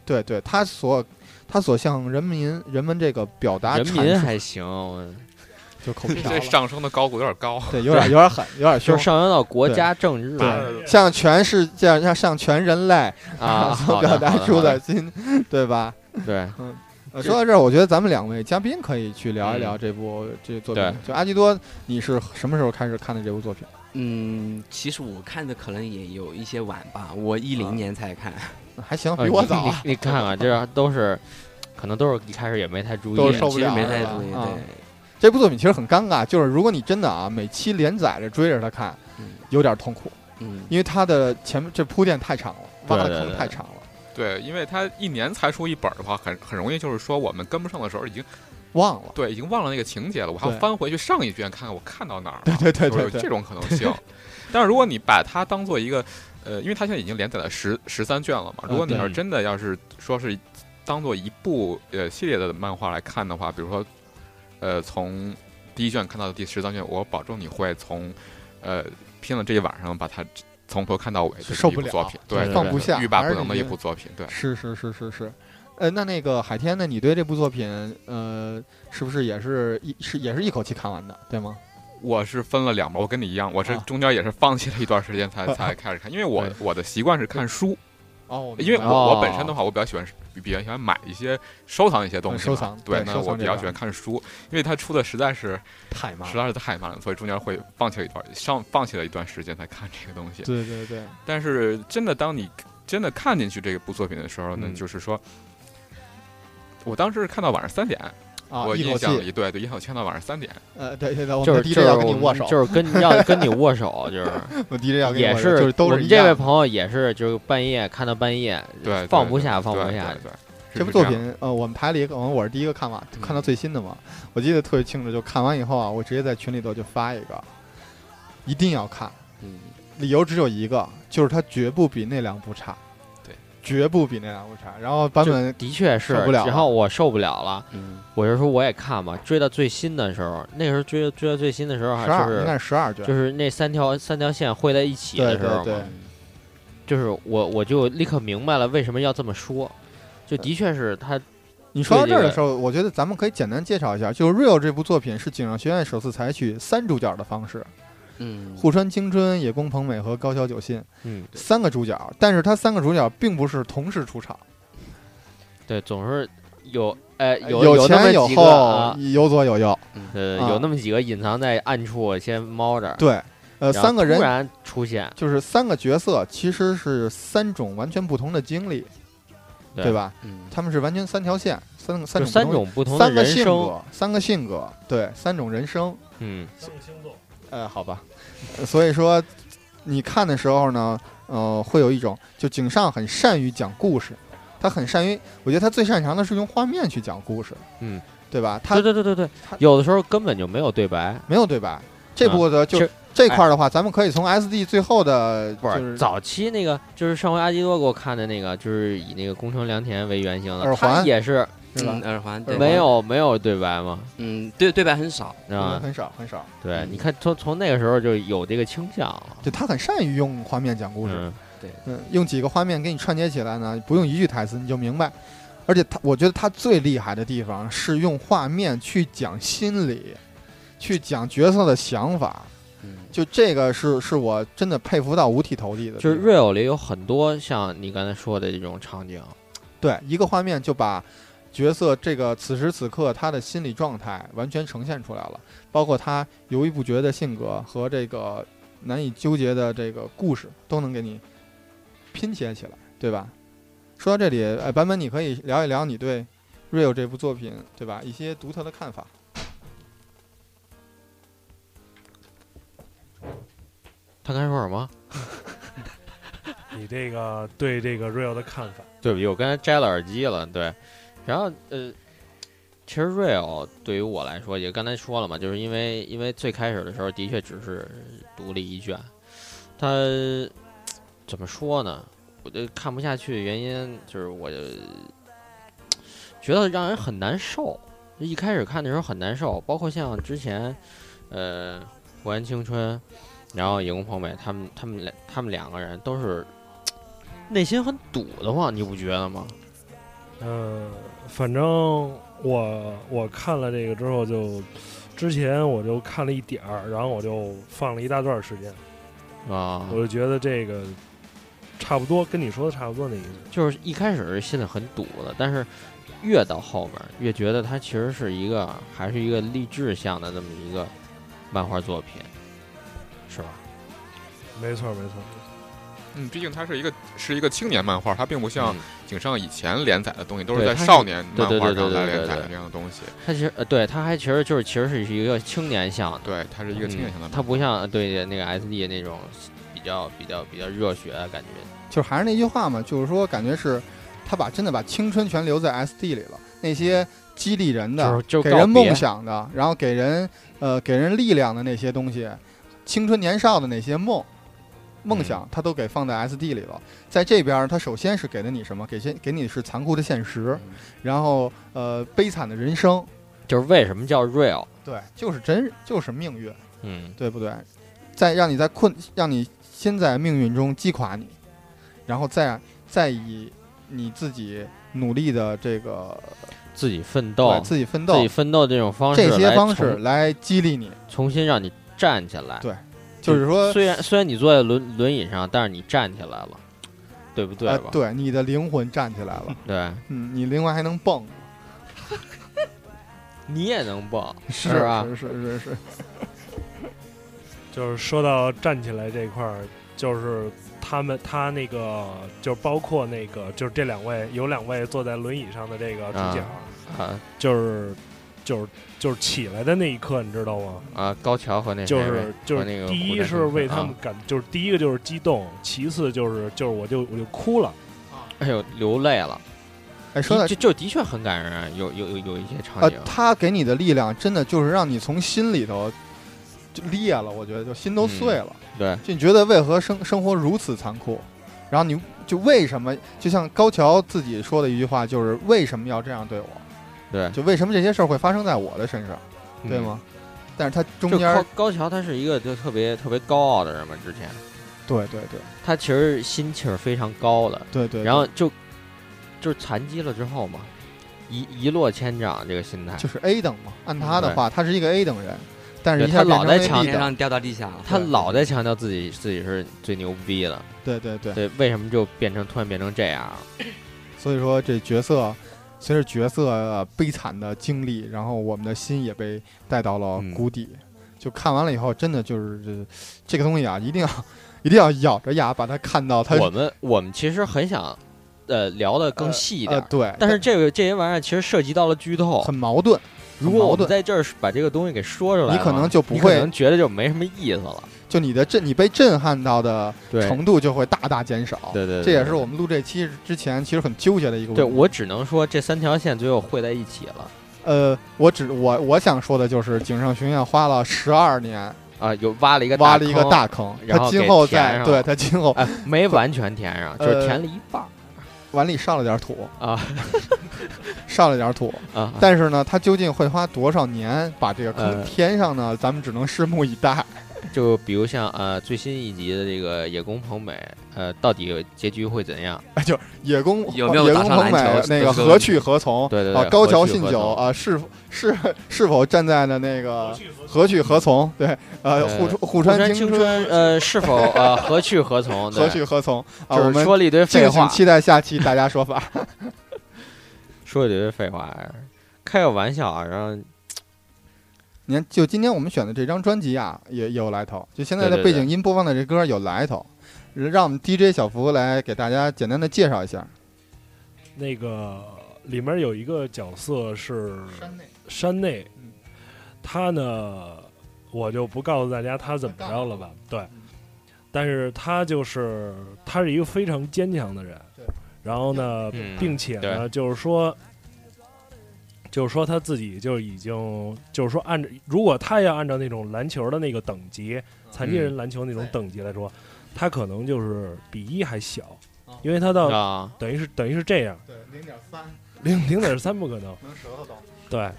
对对，他所他所向人民人们这个表达
人
阐
民
述
还行，我
就口瓢
这
了，
上升的高谷有点高。 (laughs)
(laughs) 对，有点有点狠，有点
就
凶
是。上升到国家政治
对
了
向全世界，向向全人类 (laughs)
啊，
所
好
表
的
达
好的
出
好
的
的
心，对吧？
对，
呃，说到这儿，我觉得咱们两位嘉宾可以去聊一聊这部、这作品
嗯对。
就阿基多，你是什么时候开始看的这部作品？
嗯，其实我看的可能也有一些晚吧，我一
啊
零年才看。
还行，
呃
(laughs) 比我
你
早
你
啊。
你看看，这都是可能都是一开始也没太注意，
都是受不
其实
了
没
了
太
吧
注意，
啊
对，
这部作品其实很尴尬，就是如果你真的啊每期连载着追着它看，
嗯
有点痛苦，
嗯，
因为它的前面这铺垫太长了，挖的
对对
坑
对
太长了。
对，因为他一年才出一本的话，很很容易就是说我们跟不上的时候，已经
忘了，
对已经忘了那个情节了。我还
对
要翻回去上一卷看看我看到哪儿了。
对对对
(laughs) 就是
对
有
对
这，种可能性。但是如果你把它当做一个，呃，因为它现在已经连载了十十三卷了嘛，如果你
呃对
要是真的要是说是当做一部呃系列的漫画来看的话，比如说，呃，从第一卷看到第十三卷，我保证你会从呃拼了这一晚上把它从头看到尾，这
受
是一
不
部
了
作品，对，
对
放不下，
欲罢
还
不
是
能的
得
一部作品，对。
是是是是是，呃，那那个海天呢？你对这部作品，呃，是不是也是一是也是一口气看完的，对吗？
我是分了两波，我跟你一样，我是
啊
中间也是放弃了一段时间才才开始看，因为我
对
我的习惯是看书，
哦
因为
白了
我我本身的话，我比较喜欢比比较喜欢买一些收藏一些东西嘛，
嗯收藏
对，
对
那
收藏
我比
这
较
个
喜欢看书，因为它出的实在是
太慢
实，在是太慢了，所以中间会放弃了一段上放弃了一段时间才看这个东西。
对对对，
但是真的当你真的看进去这个部作品的时候呢，
嗯
就是说。我当时是看到晚上三点，
啊，
我
一
印
口
象
气，
里对对，印象看到晚上三点，
呃，对对对，我们
就
的
是
DJ
就是
要跟你
我
握
们
手，
就
(laughs)
是跟要跟你握手，就是
我们 DJ (laughs) 要跟你
也
握手就是都
我
是
们
一
这
样
位
的。
朋友也是，就是半夜看到半夜，
对，
放
对
不下
对
放不
对
下
对对，是
这部
这
作
样
品，呃，我们排了一个，我是第一个看完，看到最新的嘛，我记得特别清楚，就看完以后啊，我直接在群里头就发一个，一定要看，
嗯，
理由只有一个，就是它绝不比那两部差，
对，
绝不比那两部差。然后版本
的确是
受不了
然后我受不了了，
嗯，
我就说我也看吧，追到最新的时候，那时候追追到最新的时候还
十二
就
应该
是
是十二卷，
就是那三条三条线汇在一起
对
的时
对
候
对
嘛，，
嗯
就是我我就立刻明白了为什么要这么说，就的确是他
你说到
对
这儿
这
的
个
时候，我觉得咱们可以简单介绍一下，就是《Real》这部作品是井上学院首次采取三主角的方式，
嗯，
户川青春、野宫朋美和高桥久信
嗯
三个主角，但是他三个主角并不是同时出场，
对总是有哎有
呃有
那
前
么
有
几个
后，
啊
有左有右，
呃
啊
有那么几个隐藏在暗处先猫着，
对，呃，
然后
三个人
突然出现，
就是三个角色，其实是三种完全不同的经历，
对
对吧？
嗯，
他们是完全三条线，三个三
就
种
三
不同
种不同的
三个
人
性
生，
格，三个性格，对，三种人生。
嗯，
呃，好吧，呃所以说你看的时候呢，呃，会有一种就井上很善于讲故事，他很善于，我觉得他最擅长的是用画面去讲故事，
嗯，
对吧？他
对对对对对
他，
有的时候根本就没有对白，
没有对白，这部的就、
啊其实哎
这块儿的话，咱们可以从 S D 最后的
不
就是是
早期那个，就是上回阿基多给我看的那个，就是以那个宫城良田为原型
耳
的，
环
他也是
是吧
嗯？耳环
耳
对，
没有没有对白嘛，
嗯，对对白很少，
嗯
啊，
很少很少，
对，
嗯
你看从从那个时候就有这个倾向了，
就他很善于用画面讲故事，
嗯，
嗯，用几个画面给你串接起来呢，不用一句台词你就明白。而且他，我觉得他最厉害的地方是用画面去讲心理，去讲角色的想法。
嗯，
就这个是是我真的佩服到五体投地的地方。
就是 real 里有很多像你刚才说的这种场景，
对一个画面就把角色这个此时此刻他的心理状态完全呈现出来了，包括他犹豫不决的性格和这个难以纠结的这个故事都能给你拼接起来，对吧？说到这里，呃，版本你可以聊一聊你对《Real》这部作品，对吧？一些独特的看法。
他刚才说什么？
你这个对这个 real 的看法，
对不起，我刚才摘了耳机了，对，然后呃，其实 real 对于我来说，也刚才说了嘛，就是因为因为最开始的时候的确只是独立一卷，它怎么说呢？我就看不下去的原因就是我就觉得让人很难受，一开始看的时候很难受，包括像之前呃《火焰青春》，然后野宫朋美他们他们俩他们两个人都是内心很堵得慌，你不觉得吗？
嗯，反正我我看了这个之后就，之前我就看了一点儿，然后我就放了一大段时间，
啊
我，就觉得这个差不多跟你说的差不多那意思。
就是一开始是心里很堵的，但是越到后面儿越觉得它其实是一个还是一个励志向的这么一个漫画作品，是吧？
没错没错，
嗯，毕竟它是一个是一个青年漫画，它并不像
嗯
井上以前连载的东西都是
对
在
它是
少年漫
对对
画
对
上
对
来
对
连载
对
的这样的东西。
它其实呃，对，它还其实就是其实是一个青年向的，
对，它是一个青年向的
嗯
漫画。
它不像对那个 SD 那种比较比较比较热血的感觉，
就是还是那句话嘛，就是说感觉是他把真的把青春全留在 SD 里了，那些激励人的、
就是就
给
告
人
别
梦想的，然后给人呃给人力量的那些东西，青春年少的那些梦。梦想，
嗯
他都给放在 SD 里了。在这边儿，他首先是给了你什么？给先给你是残酷的现实，
嗯
然后呃悲惨的人生，
就是为什么叫 real？
对，就是真，就是命运，
嗯，
对不对？再让你在困，让你先在命运中击垮你，然后再再以你自己努力的这个
自己奋
对
斗，
自己奋
自
斗
己奋斗这种方式来
这
重，
些方式来激励你，
重新让你站起来。
就是说
虽然虽然你坐在轮轮椅上，但是你站起来了，对不对
啊
吧？
对你的灵魂站起来了，
(laughs) 对，
嗯，你灵魂还能蹦，
你也能蹦，
是
吧？
是是是是，
就是说到站起来这块儿，就是他们他那个就包括那个就是这两位有两位坐在轮椅上的这个主角，
啊
就是就是就是起来的那一刻，你知道吗？
啊，高桥和那
就
谁
是就
和那
是
个
第
古
一
代
是
神
为
父
他们
啊
感，就是第一个就是激动，其次就是就是我就我就哭了，
哎呦流泪了，
哎，说到
就就的确很感人，啊有有有有一些场
呃
景，，
他给你的力量真的就是让你从心里头就裂了，我觉得就心都碎了。
对，
就你觉得为何生生活如此残酷？然后你就为什么？就像高桥自己说的一句话，就是为什么要这样对我？
嗯对
就为什么这些事儿会发生在我的身上，对
嗯
吗？但是他中
就
间
高
儿，
高桥他是一个就特别特别高傲的人嘛，之前
对对对
他其实心气儿非常高的，
对对，
然后就就是残疾了之后嘛，一一落千丈这个心态，
就是 A 等嘛。按他的话，他是一个 A 等人，但是
嗯对
一下
他
变
老
成
在
AB
强
天
等
上掉到地下了。
他
对
老在强调自己自己是最牛逼的，
对对对，
对，为什么就变成突然变成这样了？
所以说这角色。随着角色呃悲惨的经历，然后我们的心也被带到了
嗯
谷底。就看完了以后，真的就是这这个东西啊，一定要一定要咬着牙把它看到它
我们我们其实很想，呃，聊的更细一点
呃
儿，
对，
但是这个这些玩意儿其实涉及到了剧透。
很矛盾。
如
很
果
矛
我们
盾，
在这儿把这个东西给说出来
你
了，
可能就不
你可
会
能觉得就没什么意思了。
就你的震，你被震撼到的
对
程度就会大大减少。
对对，对
这也是
对
我们录这期之前其实很纠结的一个问题。
对我只能说这三条线最后汇在一起了
呃，我只我我想说的就是，井上雄彦花了十二年
啊，有挖了一个
挖了一个
坑，
大坑，
然
他
后
今
给
后
填
再
上
对
了
他今后
(laughs) 哎，没完全填上，就是
呃
填了一半儿
碗里上了点土
啊，
上了点土。
啊。
但是呢，他究竟会花多少年把这个坑
呃
填上呢？咱们只能拭目以待。
就比如像呃最新一集的这个野宫朋美，呃，到底结局会怎样？
野公
有没有
野
打
公
上
彭
篮球
美那
这是
个
个
何
问题
去何从？
对对
啊，
对
高
何
桥
去
信
何
久
从
啊，是是是否站在了那个何去何从？对，呃，
呃
互川互
互
川
青
青春， (laughs)
呃，是否呃何去何从？对
何去何从啊？我
就是
们
说了一堆废
敬请
话，
期待下期大家说法。
说了一堆废话，开个玩笑啊，然后
你看，就今天我们选的这张专辑啊，也也有来头。就现在
对
的
对
背
对
景音播放的这歌有来头，让我们 DJ 小福来给大家简单的介绍一下。
那个里面有一个角色是山内
嗯，
他呢，我就不告诉大家他怎么着了吧，对，但是他就是他是一个非常坚强的人
对，
然后呢
嗯，
并且呢，就是说就是说他自己就已经，就是说按照如果他要按照那种篮球的那个等级，残疾人篮球那种等级来说，他可能就是比一还小，因为他到
啊，
等于是等于是这样，
对，零点三
零零点三不可能。
能舌头动。
对，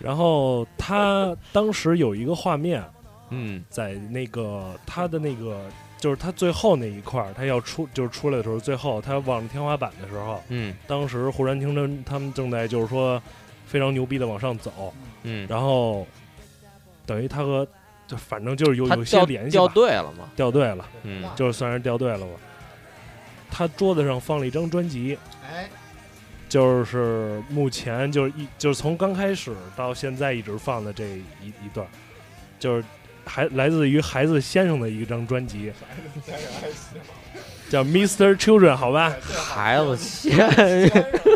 然后他当时有一个画面，
嗯
在那个他的那个就是他最后那一块儿，他要出就是出来的时候，最后他望着天花板的时候，
嗯
当时忽然听着他们正在就是说非常牛逼的往上走，
嗯，
然后等于他和就反正就是有
他
有些
掉
联系
掉
吧，
队了嘛，
掉队了，
嗯
就算是掉队了吧。他桌子上放了一张专辑，
哎，
就是目前就是一就是从刚开始到现在一直放的这一一段儿，就是还来自于孩子先生的一张专辑，叫 Mr. Children，
(laughs)
好吧？
孩
(laughs)
子气，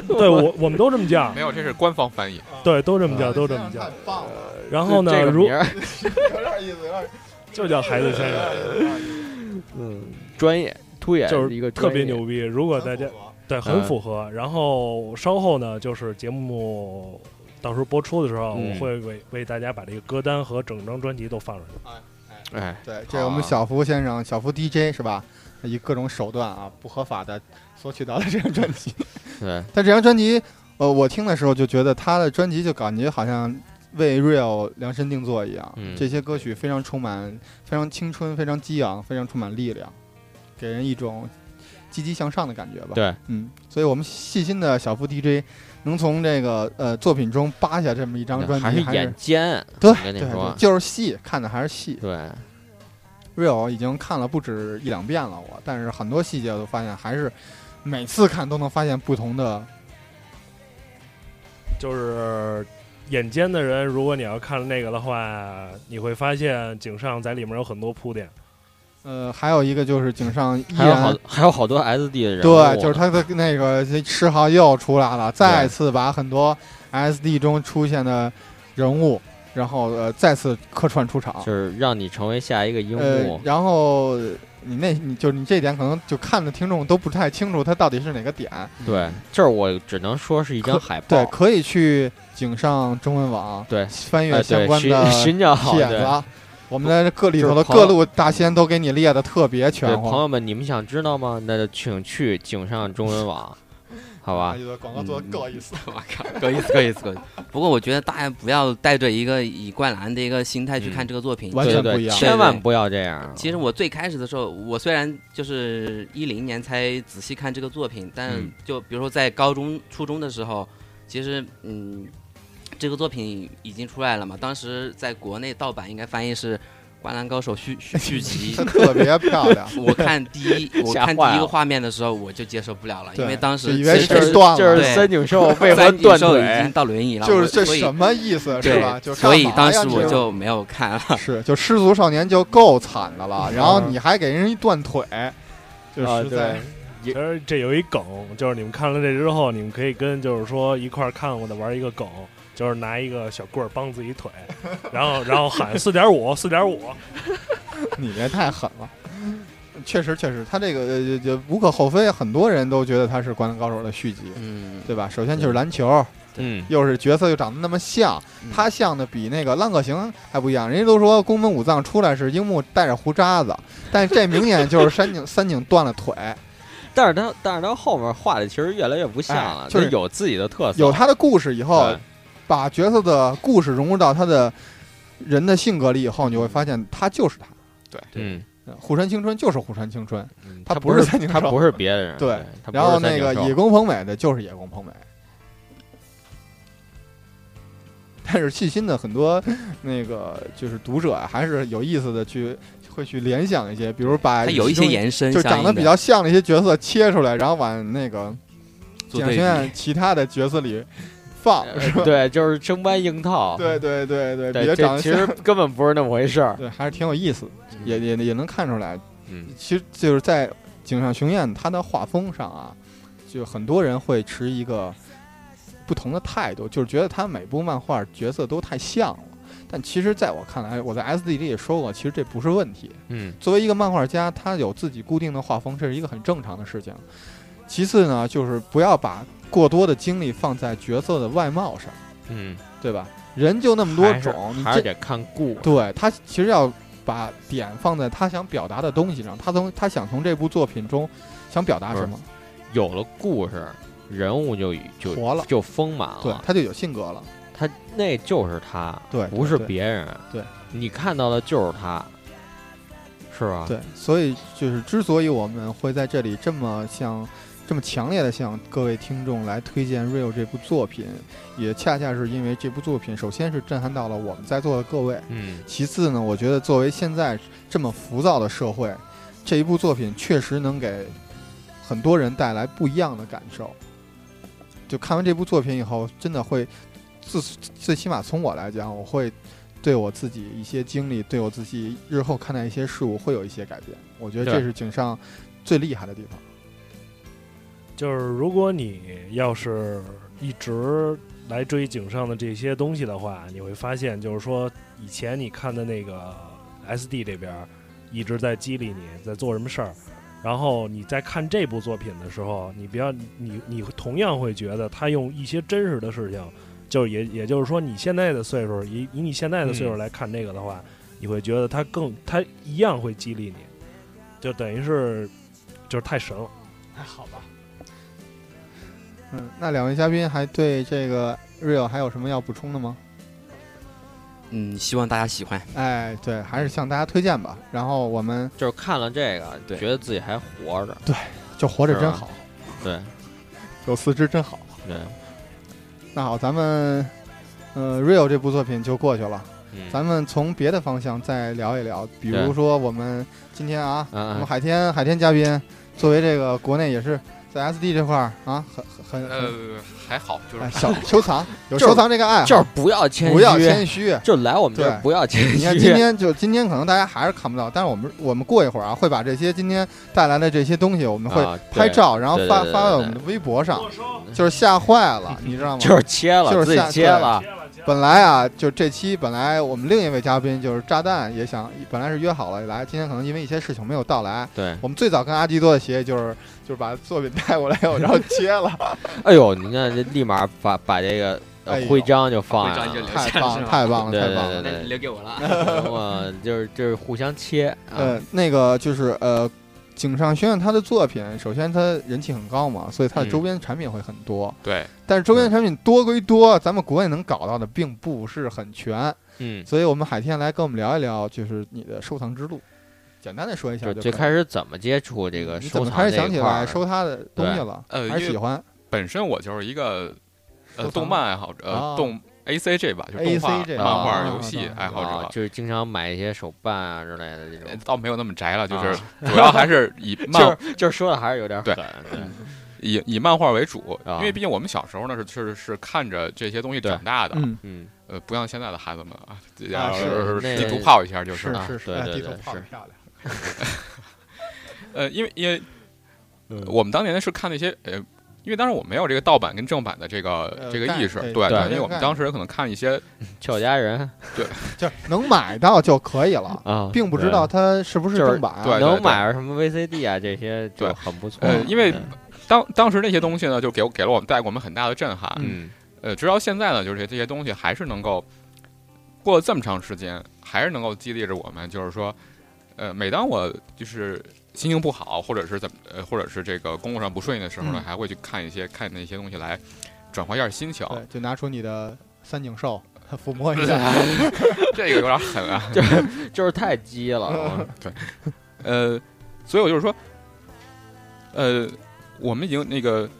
对我我们都这么叫
没，有，这是官方翻译。
对，都这么叫，都这么
太
叫。
棒了，
然后呢，
啊 (laughs) 这个
如
名儿
有点意思，有点意思
就叫孩子先生，
有点意思，
嗯，专业凸显
就
一个
是特别
专业
牛逼。如果大家
很符合
对
嗯
很符合，然后稍后呢，就是节目到时候播出的时候，
嗯
我会为为大家把这个歌单和整张专辑都放上去。
哎，
对，这是我们小福先生，小福 DJ 是吧？以各种手段啊，不合法的索取到了这张专辑。
对，
但这张专辑，呃，我听的时候就觉得他的专辑就感觉好像为 Real 量身定做一样，
嗯
这些歌曲非常充满、非常青春、非常激昂、非常充满力量，给人一种积极向上的感觉吧。
对，
嗯，所以我们细心的小副 DJ 能从这个呃作品中扒下这么一张专辑，
还
还
是
是
眼尖，
对
我跟你
对
说，
就是戏，看的还是戏。
对，
Real 已经看了不止一两遍了我，但是很多细节我都发现还是每次看都能发现不同的
就是眼尖的人，如果你要看那个的话，你会发现井上在里面有很多铺垫。
呃，还有一个就是井上依
还有好
然
还有好多 SD 的人物啊呢，
对，就是他的那个嗜好又出来了，再次把很多 SD 中出现的人物，然后呃再次客串出场。
就是让你成为下一个樱
呃
木，，
然后呃你那你就是你这点可能就看的听众都不太清楚他到底是哪个点。
对，这儿我只能说是一张海
对，
报，
可以去井上中文网
对，
翻
哎
阅相
对，
关
寻
的
(laughs) 寻找
帖子
对
啊。我们的各里头的
就是朋友
各路大仙都给你列的特别
对，
全乎啊
朋。友啊们，你们想知道吗？那就请去井上中文网，好吧？
广
告
嗯
做得够
意思。
我靠，够意思，够意思，够意思。不过我觉得大家不要带着一个以灌篮的一个心态去看这个作品。
完
对
全
对
不一
对，
样
千万不要这样。
其实我最开始的时候，我虽然就是一零年才仔细看这个作品，但
嗯
就比如说在高中、初中的时候，其实嗯，这个作品已经出来了嘛。当时在国内盗版应该翻译是《灌篮高手续》续续
(laughs)
集，
她。特别漂亮
我看第一，我
吓
看第
坏
一个
了
画面的时候，我就接受不了了，因
对
为当时
就以
其
为
实
就是
断了，
就是
对
三井
(laughs)
寿为何
三井
断
寿已经
腿？
到轮椅了，
就是
我
这
所以
什么意思是吧？就
对，所以
干嘛
当
呀
时
你
我
这
就没嗯有看了。
(laughs) 是就失足少年就够惨的了，然后你还给人一断腿，就
啊，
实在
对，
其实这有一梗，就是你们看了这之后，你们可以跟就是说一块儿看过的玩一个梗，就是拿一个小棍儿帮自己腿，然后然后喊四点五，四点五，
(laughs) 你这太狠了。确实，确实，他这个呃，就无可厚非，很多人都觉得他是《灌篮高手》的续集，
嗯，
对吧？首先就是篮球，
嗯，
又是角色又长得那么像，
嗯
他像的比那个浪客行还不一样。人家都说宫本武藏出来是樱木带着胡渣子，但这明显就是山井 (laughs) 三井断了腿，
但是他但是他后面画的其实越来越不像了，
哎就是
他有自己的特色，
有他的哦故事以后
对，
把角色的故事融入到他的人的性格里以后，你会发现他就是他。
嗯，
呃虎山青春就是虎山青春，
嗯
他
他
不是三井
他
寿
不是别的人，
对
对，他不
然后
是三
那
井
个
寿
野宫朋美的就是野宫朋美。但是细心的很多那个就是读者啊还是有意思的去会去联想一些，比如把
它有一些
其中
延伸，
就
相
长
应
得
的
比较像的一些角色切出来，然后往那个
做
奖
对
学
比。
院其他的角色里放，是吧？
对，就是生搬硬
(laughs)
套，
对对对对，比
对，
较长得
这其
像，
实根本不是那么回事儿，
对，还是挺有意思的，也也也能看出来，
嗯，
其实就是在井上雄彦他的画风上啊，就很多人会持一个不同的态度，就是觉得他每部漫画角色都太像了。但其实，在我看来，我在 S D 里也说过，其实这不是问题。
嗯
作为一个漫画家，他有自己固定的画风，这是一个很正常的事情。其次呢，就是不要把过多的精力放在角色的外貌上，
嗯，
对吧？人就那么多
还是
种，你
还是
这
得看故事。
对他其实要把点放在他想表达的东西上，他从他想从这部作品中想表达
不是
什么，
有了故事，人物就就
活了
就丰满了。
对，他就有性格了。
他那就是他，
对
不是
对
别人。
对，
你看到的就是他，是吧？，
对，所以就是之所以我们会在这里这么向这么强烈的向各位听众来推荐《Real》这部作品，也恰恰是因为这部作品首先是震撼到了我们在座的各位，
嗯，
其次呢，我觉得作为现在这么浮躁的社会，这一部作品确实能给很多人带来不一样的感受。就看完这部作品以后，真的会自最起码从我来讲，我会对我自己一些经历，对我自己日后看待一些事物会有一些改变。我觉得这
对
是井上最厉害的地方。
就是如果你要是一直来追井上的这些东西的话，你会发现，就是说以前你看的那个 SD 这边儿一直在激励你在做什么事儿，然后你在看这部作品的时候，你不要你你同样会觉得他用一些真实的事情，就是也也就是说你现在的岁数，以以你现在的岁数来看这个的话，你会觉得他更他一样会激励你，就等于是就是太神了，还好吧。
嗯，那两位嘉宾还对这个 Real 还有什么要补充的吗？
嗯，希望大家喜欢。
哎，对，还是向大家推荐吧。然后我们
就是看了这个，
对
觉得自己还活着。
就活着
是
真
吧
好，
对
有四肢真好。
对，
那好，咱们呃《Real》这部作品就过去了，
嗯，
咱们从别的方向再聊一聊，比如
对
说我们今天啊，
嗯嗯
我们海天海天嘉宾作为这个国内也是在 SD 这块儿啊，很很很、
嗯
呃，还好，就是
哎小收
(laughs)
藏有
就是
收藏这个爱好，
就是不要谦虚，
不要谦虚。
(laughs) 就来我们这儿
对
不要谦虚。
你看，今天就今天可能大家还是看不到，但是我们我们过一会儿啊，会把这些今天带来的这些东西，我们会
啊对
拍照，然后
对对
发
对
发到
对
我们的微博上，就是吓坏了，你知道吗？
就是切了，
就是
自
下
己切
对
了，
本来啊，就这期本来我们另一位嘉宾就是炸弹，也想本来是约好了来，今天可能因为一些事情没有到来。
对，
我们最早跟阿基多的协议就是 (laughs) 就是把作品带过来，然后切了，
(laughs) 哎呦，你看这立马把把这个呃
哎呦
徽章就放
徽
下
章就
了
留。
太棒了，太棒了，
对
太
对
棒了。
对对
留给我了啊。
我就是就是互相切啊
呃，，那个就是呃，井上学院他的作品，首先他人气很高嘛，所以他的
嗯
周边产品会很多。
对，
但是周边产品多归多，咱们国内能搞到的并不是很全，
嗯，
所以我们海天来跟我们聊一聊，就是你的收藏之路，简单的说一下
就
就可以
最
了
开始怎么接触这个
你怎
收
么
藏
开
这
始
一
想起
块
来
儿啊
收他的东西了？
呃
还
因
是
为
喜欢
本身我就是一个
收
呃
藏
动漫爱好者，
啊
呃动 A C 这吧，就动画
ACG、这
漫画、
啊
游戏
啊
爱好
啊
者，。
就是经常买一些手办啊之类的这
(laughs)
呃
种，
倒没有那么宅了，就是
啊 (laughs)
主要还是以漫
就是就是说的还是有点狠
对，
对
嗯
以以漫画为主，
啊
因为毕竟我们小时候呢是确实是看着这些东西
对
长大的，
嗯，
嗯，
呃，不像现在的孩子们啊，
啊
是那
地图炮一下就
是
是了，
啊
是是，
对
哎
对
地
对
图泡
是
漂亮。
呃，因为因为我们当年是看那些呃。因为当时我没有这个盗版跟正版的这个、
呃
这个
概
意识，
对
对，
对
因为我们当时可能看一些
俏佳人
就是能买到就可以了，
啊，
(laughs) 并不知道它是不是
就是
正版。啊
对
能买着什么 VCD 啊这些就
对
很不错嗯
呃
了，，
因为
对
当当时那些东西呢，就给我给了我们带给我们很大的震撼。
嗯
呃，直到现在呢，就是这些东西还是能够过了这么长时间，还是能够激励着我们。就是说，呃，每当我就是心情不好，或者是怎么，呃，或者是这个工作上不顺利的时候呢，
嗯
还会去看一些看那些东西来转换一下心情。
对，就拿出你的三井寿 (laughs) 抚摸一下。
(laughs) 这个有点狠啊。
就是太
(laughs)
鸡了，我
呃，所以我就是说，呃，我们已经那个呃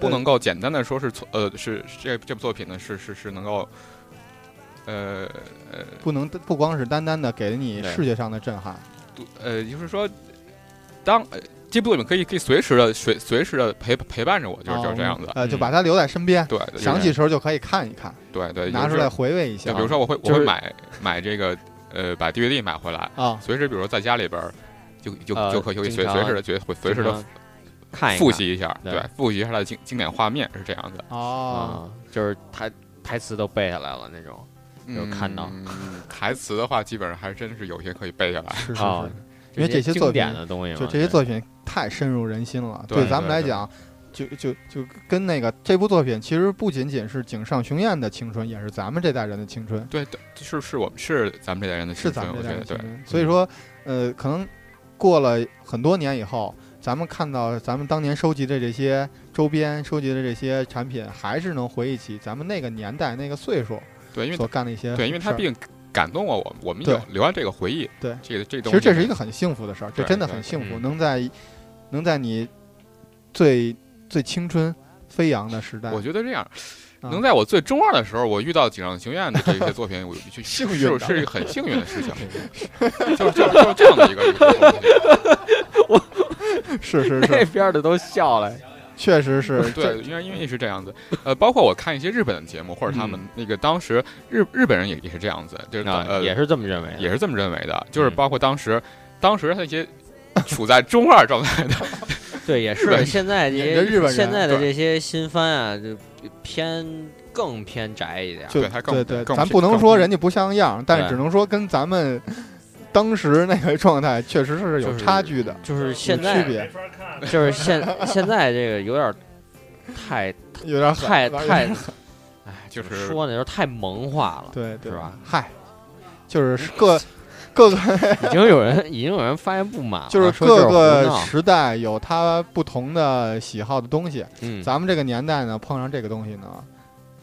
不能够简单的说是从呃是是这这部作品呢是是是能够呃呃
不能不光是单单的给你
对
视觉上的震撼，
读呃就是说当呃这部作品可以可以随时的随随时的陪陪伴着我，就是就是这样子
啊。我们呃，就
嗯
把它留在身边，
对，就是
想起时候就可以看一看，
对对，
拿
就
出
是
来。回味一
就
下啊
比如说我会我
就
会
是
买买这个呃把 DVD 买回来，
啊。
随时比如说在家里边儿就就
呃
就可以就可以随
经
随
常
时的随随
经
时的
常看一看
复习一下，
对
对，复习一下它的经经典画面是这样的，
哦，
啊，就是台台词都背下来了那种有看到
嗯台词的话，基本上还真是有些可以背下来。
是是
啊
是，因为这些作品
经典的东西嘛，
就这些作品太深入人心了。
对
咱们
对
来
对
讲，就就就跟那个这部作品其实不仅仅是井上雄彦的青春，也是咱们这代人的青春，
对，对是是我们是咱们这代人的
是
青
咱
春，
们这
我觉
代人
得
的青
对，嗯
春。所以说，呃，可能过了很多年以后，咱们看到咱们当年收集的这些周边、收集的这些产品，还是能回忆起咱们那个年代、那个岁数
对，因为
所干的一些
对，因为它
事儿
毕竟感动了我，我们
对
有留下这个回忆，
对
这个这
其
个东
实
西，
这是一个很幸福的事儿，这
对
真的
对
很
对
幸福，
嗯
能在能在你最最青春飞扬的时代，
我觉得这样，
啊
能在我最中二的时候，我遇到井上雄彦的这些作品，我就是
幸运
是
的
是一个很幸运的
(laughs)
事情， (laughs) 就是就是就是这样的一个一个东西。
是
(laughs)
是
这
是，
边的都笑了。
确实是这
对，因为因为是这样子，呃，包括我看一些日本的节目，或者他们那个当时日日本人也也是这样子，就是
嗯啊，
呃
也是这么认为的，
也是这么认为的，就是
嗯
包括当时当时他那些处在中二状态的，
对，也
日本
是。
人
现在这
也
些
是日本人
现在的
对
这些新番啊，就偏更偏宅一点儿。
就
对还更
对对，
更
咱
偏
不能
更
说人家不像样，但是
对
只能说跟咱们当时那个状态确实是有
就是
差距的，
就是现
区
在，
别
没法看。
就是现现在这个有点儿
(laughs)
太
有点狠
太
有点
太，哎，
就
怎么
是
说呢，就是太萌化了。
对对
是吧？
嗨，就是各各个
啊
已经有人已经有人发现不满了，
就是
说
各
胡
个
闹
时代有它不同的喜好的东西，
嗯，
咱们这个年代呢，碰上这个东西呢，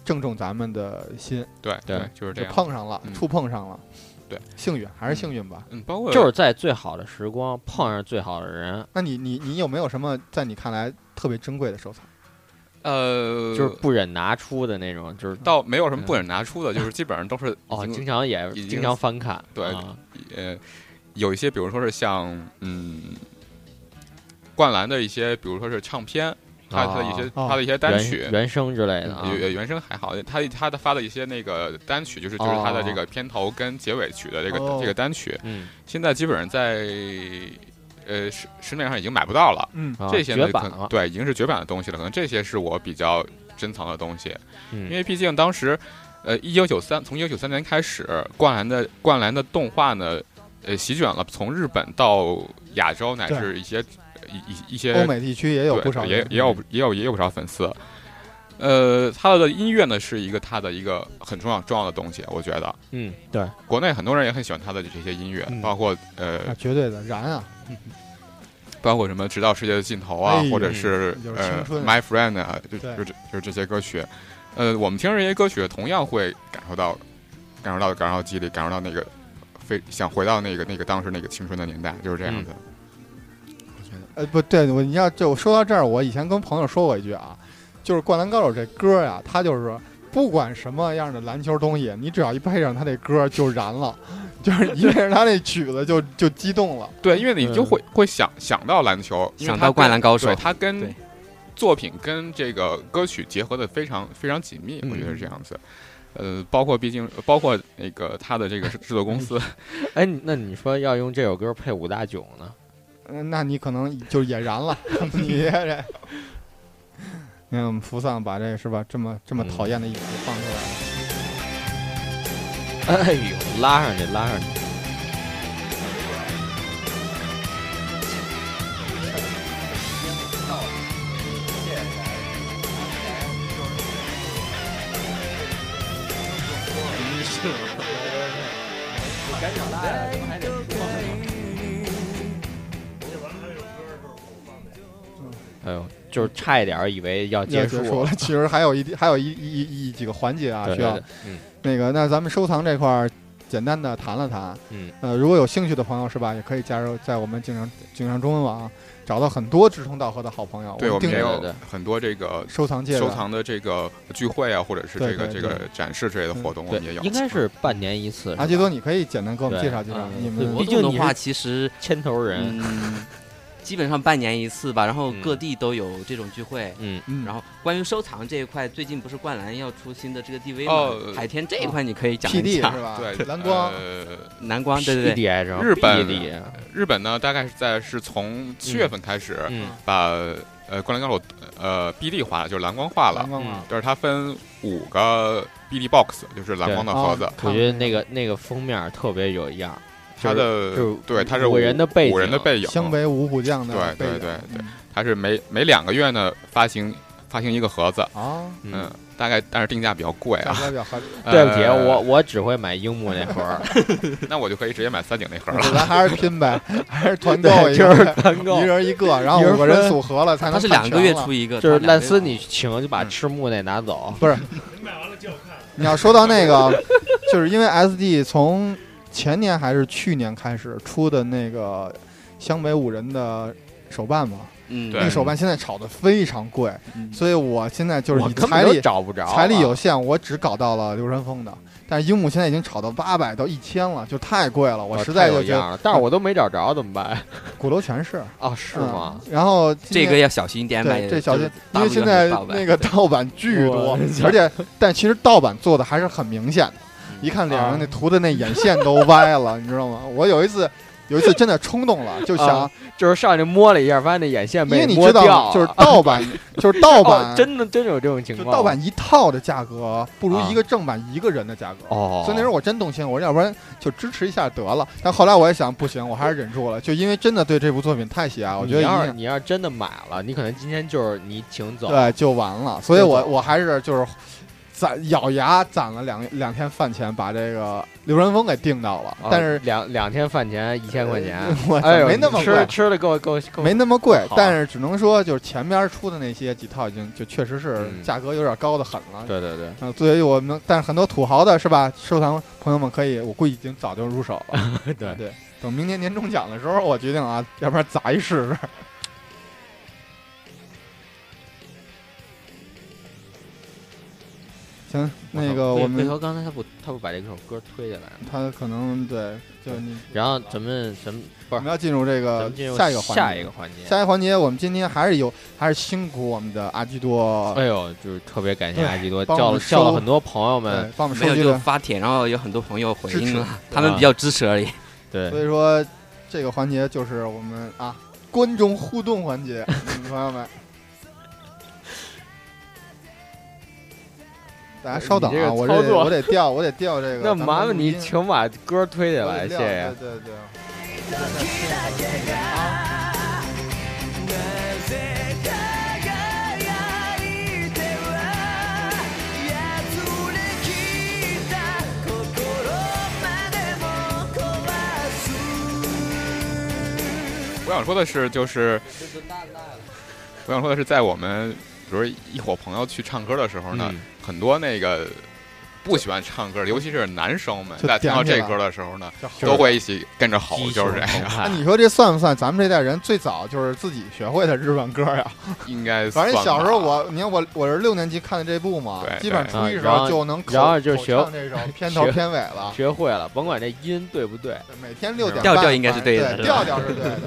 正中咱们的心，
对
对
就是这
就
样。
碰上了，
嗯
触碰上了，
对，
幸运还是幸运吧。
嗯，包括
就是在最好的时光碰上最好的人，
那你你你有没有什么在你看来特别珍贵的收藏？
呃，
就是不忍拿出的那种，就是
倒没有什么不忍拿出的，就是基本上都是
哦，
呃已经
经常也
已经
经常翻看，
对
啊
呃，有一些，比如说是像嗯，灌篮的一些，比如说是唱片，他的一些
哦
他的一些单
原
曲，
原声之类的啊
呃，原原声还好，他他的发的一些那个单曲，就是就是他的
哦
这个片头跟结尾曲的这个
哦
这个单曲，
嗯，
现在基本上在呃市市面上已经买不到了，
嗯
啊
这些
绝
呢可
版
能
了，
对已经是绝版的东西了，可能这些是我比较珍藏的东西，
嗯
因为毕竟当时，呃，一九九三从一九九三年开始，灌篮的灌篮的动画呢，呃，席卷了从日本到亚洲，乃
对
至一些一一一些
欧美地区也有
呃对
不少
也
人，嗯
也有也有也有不少粉丝。呃，他的音乐呢是一个他的一个很重要重要的东西，我觉得
嗯，对，
国内很多人也很喜欢他的这些音乐，
嗯
包括呃，
啊，绝对的燃啊！
包括什么直到世界的尽头啊，
哎呦
或者是
嗯就是
呃
青春
My Friend 啊，就
对
就这就是这些歌曲，呃，我们听这些歌曲同样会感受到，感受到感受到激励，感受到那个非想回到那个那个当时那个青春的年代，就是这样子。
呃，不对，我你要就说到这儿，我以前跟朋友说过一句啊，就是《灌篮高手》这歌呀、它就是不管什么样的篮球东西，你只要一配上它这歌就燃了，就是一配上它那曲子就就激动了。
对，因为你就会、会想想到篮球，因为
想
它
到灌
跟
篮高手
对，哦它跟
对
作品跟这个歌曲结合的非常非常紧密，
嗯
我觉得是这样子。呃，包括毕竟包括那个他的这个制制作公司，
哎，你那你说要用这首歌配武大囧呢？
嗯、那你可能就也燃了，你也燃。你看我们扶桑把这是吧，这么这么
嗯
讨厌的影子放出来了。
哎呦，拉上去，拉上去，哎呦，就是差一点儿以为要
要
嗯结
结
束
束了，其实还有一还有一一一一几个环节啊，
对
需
对
要
对，嗯，
那个，那咱们收藏这块儿简单的谈了谈。
嗯，
呃，如果有兴趣的朋友是吧，也可以加入在我们井上井上中文网找到很多志同道合的好朋友。
对我
们
们
定
也
有
有
对对
很多这个
收藏界的
收藏的这个聚会啊，或者是
对
这个
对
这
对
个展示之类的活动，我们也
对
有。，
应该是半年一次。
阿
是
基啊
吧
多，你可以简单给我们介绍介绍
嗯
你
对
们
活
毕竟
动的
你
话，
是
其实
牵头人，
嗯，基本上半年一次吧，然后
嗯
各地都有这种聚会。
嗯，
嗯，
然后关于收藏这一块，最近不是灌篮要出新的这个 DV
哦
吗？海天这一块你可以讲
P
一
D 是
下。
吧？
对
蓝光
呃
蓝光，啊对对对，
PDI 是吧
日本
PDI
日本呢，大概是在是从七月份开始
嗯
把呃《灌篮高手》呃 BD 化了，就是蓝光化
蓝
了，
光嘛，
就是它分五个 BD box，就是蓝光的盒子
对。
我觉得那个那个封面特别有样儿，
他的
就是
对他是
五人的背
五人的
景
背影，
湘北五虎将的
对
背
对
影
对对
嗯
他是每每两个月呢发行发行一个盒子，
啊，
嗯，大概但是定价比较贵
价
啊。 (laughs)
格比较合理。
(laughs) 对不起，
呃
我我只会买樱木那盒儿，
那我就可以直接买三井那盒了。
(laughs)
咱还是拼呗，还是团购
对，
一
就
个
是团购
一。人一个，然后
一人
五个人
分啊
组合了才能。
他是两个月出，一个，
就是
他两
烂
个月
丝，你请就把
嗯
赤木那拿走。
你要说到那个， (laughs) 就是因为 SD 从前年还是去年开始出的那个湘北五人的手办嘛，
嗯，
那
对
个手办现在炒的非常贵，
嗯
所以我现在就是
我
以
根
财
本就
力
找不着，啊
财力有。限，我只搞到了流川枫的，但是樱木现在已经炒到八百到一千了，就太贵了，我
啊
我
实在就
有
觉得
样了，但是我都没找着，怎么办？
鼓楼全是，
哦，是吗？
嗯？然后今
这
年
个要小心点买，
对，这小心
就是，
因
大
为
陆
现
原来
在
的盗版
那个
对
盗版巨多
我，
而且但其实盗版做的还是很明显的，
嗯
一看脸
啊
上那涂的那眼线都歪了，你知道吗？我有一次。有一次真的冲动了，就想
啊，就是上去摸了一下，发现那眼线
因
被
为你
摸
知
掉
道，
了，
就是盗版，
(laughs)
就是盗版
哦，真的真有这种情
就
况，
盗版一套的价格不如
啊
一个正版一个人的价格。
哦。
所以那时候我真动心，我说要不然就支持一下得了。但后来我也想，不行，我还是忍住了，就因为真的对这部作品太喜爱，我觉得
你
一定
要是你要是真的买了，你可能今天就是你请走，
对，就完了。所以我
就走
我还是就是攒咬牙攒了两两天饭钱，把这个刘仁峰给定到了。
啊
但是呃
两两天饭钱一千块钱，
我操
哎呦，
没那么
你
贵
吃吃的够够够，
没那么贵
好，
但是只能说就是前边出的那些几套已经就确实是
嗯
价格有点高的很了。
对对对，
嗯，所以我们但是很多土豪的是吧，收藏朋友们可以，我估计已经早就入手了。
对
对，等明年年终奖的时候，我决定啊，要不然砸一试试。行，呃那个
为
我
为
们
何刚才他不他不把这首歌推下来呢？
他可能对，就你
然后咱们咱们不
我
是
们要进入这
咱
个
们进入
呃下一个环节，
下一个环节，
下一个环节，我们今天还是有还是辛苦我们的阿基多，
哎呦，就是特别感谢
对
阿基多，
帮
叫
我
了
们
叫了
收
很多朋友
对
们，，
帮我们
没
收
有
集
就
了。
发帖，然后有很多朋友回
支
应
持
了，他们比较支持而已。
对
所以说这个环节就是我们啊观众互动环
(laughs)
节，嗯朋友们，大家稍等
你这
啊，
个
我
操作
我得调，我得调这个。
(laughs) 那
咱们
麻
录
烦你
音
请把歌推起
我
来，
得
谢
料
谢。
对对对。
我想说的是，就是我想说的是，在我们比如一伙朋友去唱歌的时候呢，
嗯
很多那个不喜欢唱歌，尤其是男生们，
就
在听到
点
这
起来
歌的时候呢，
就好
都会一起跟着吼
激，
就是
情
这
澎
样，
那
湃
啊你说这算不算咱们这代人最早就是自己学会的日本歌
(laughs)
呀？
应该
反
算
正
吧。
小时候我，你看我我是六年级看的这部嘛
对，
基本上初一
对
时
然
候
后
就能口
然后就
口
学
唱这首片头
学
片尾了。
学会了，甭管这音对不对，
每天六点
嗯调
半哎
调应该是对的
对
是
调
吧
调是对
(laughs)
的。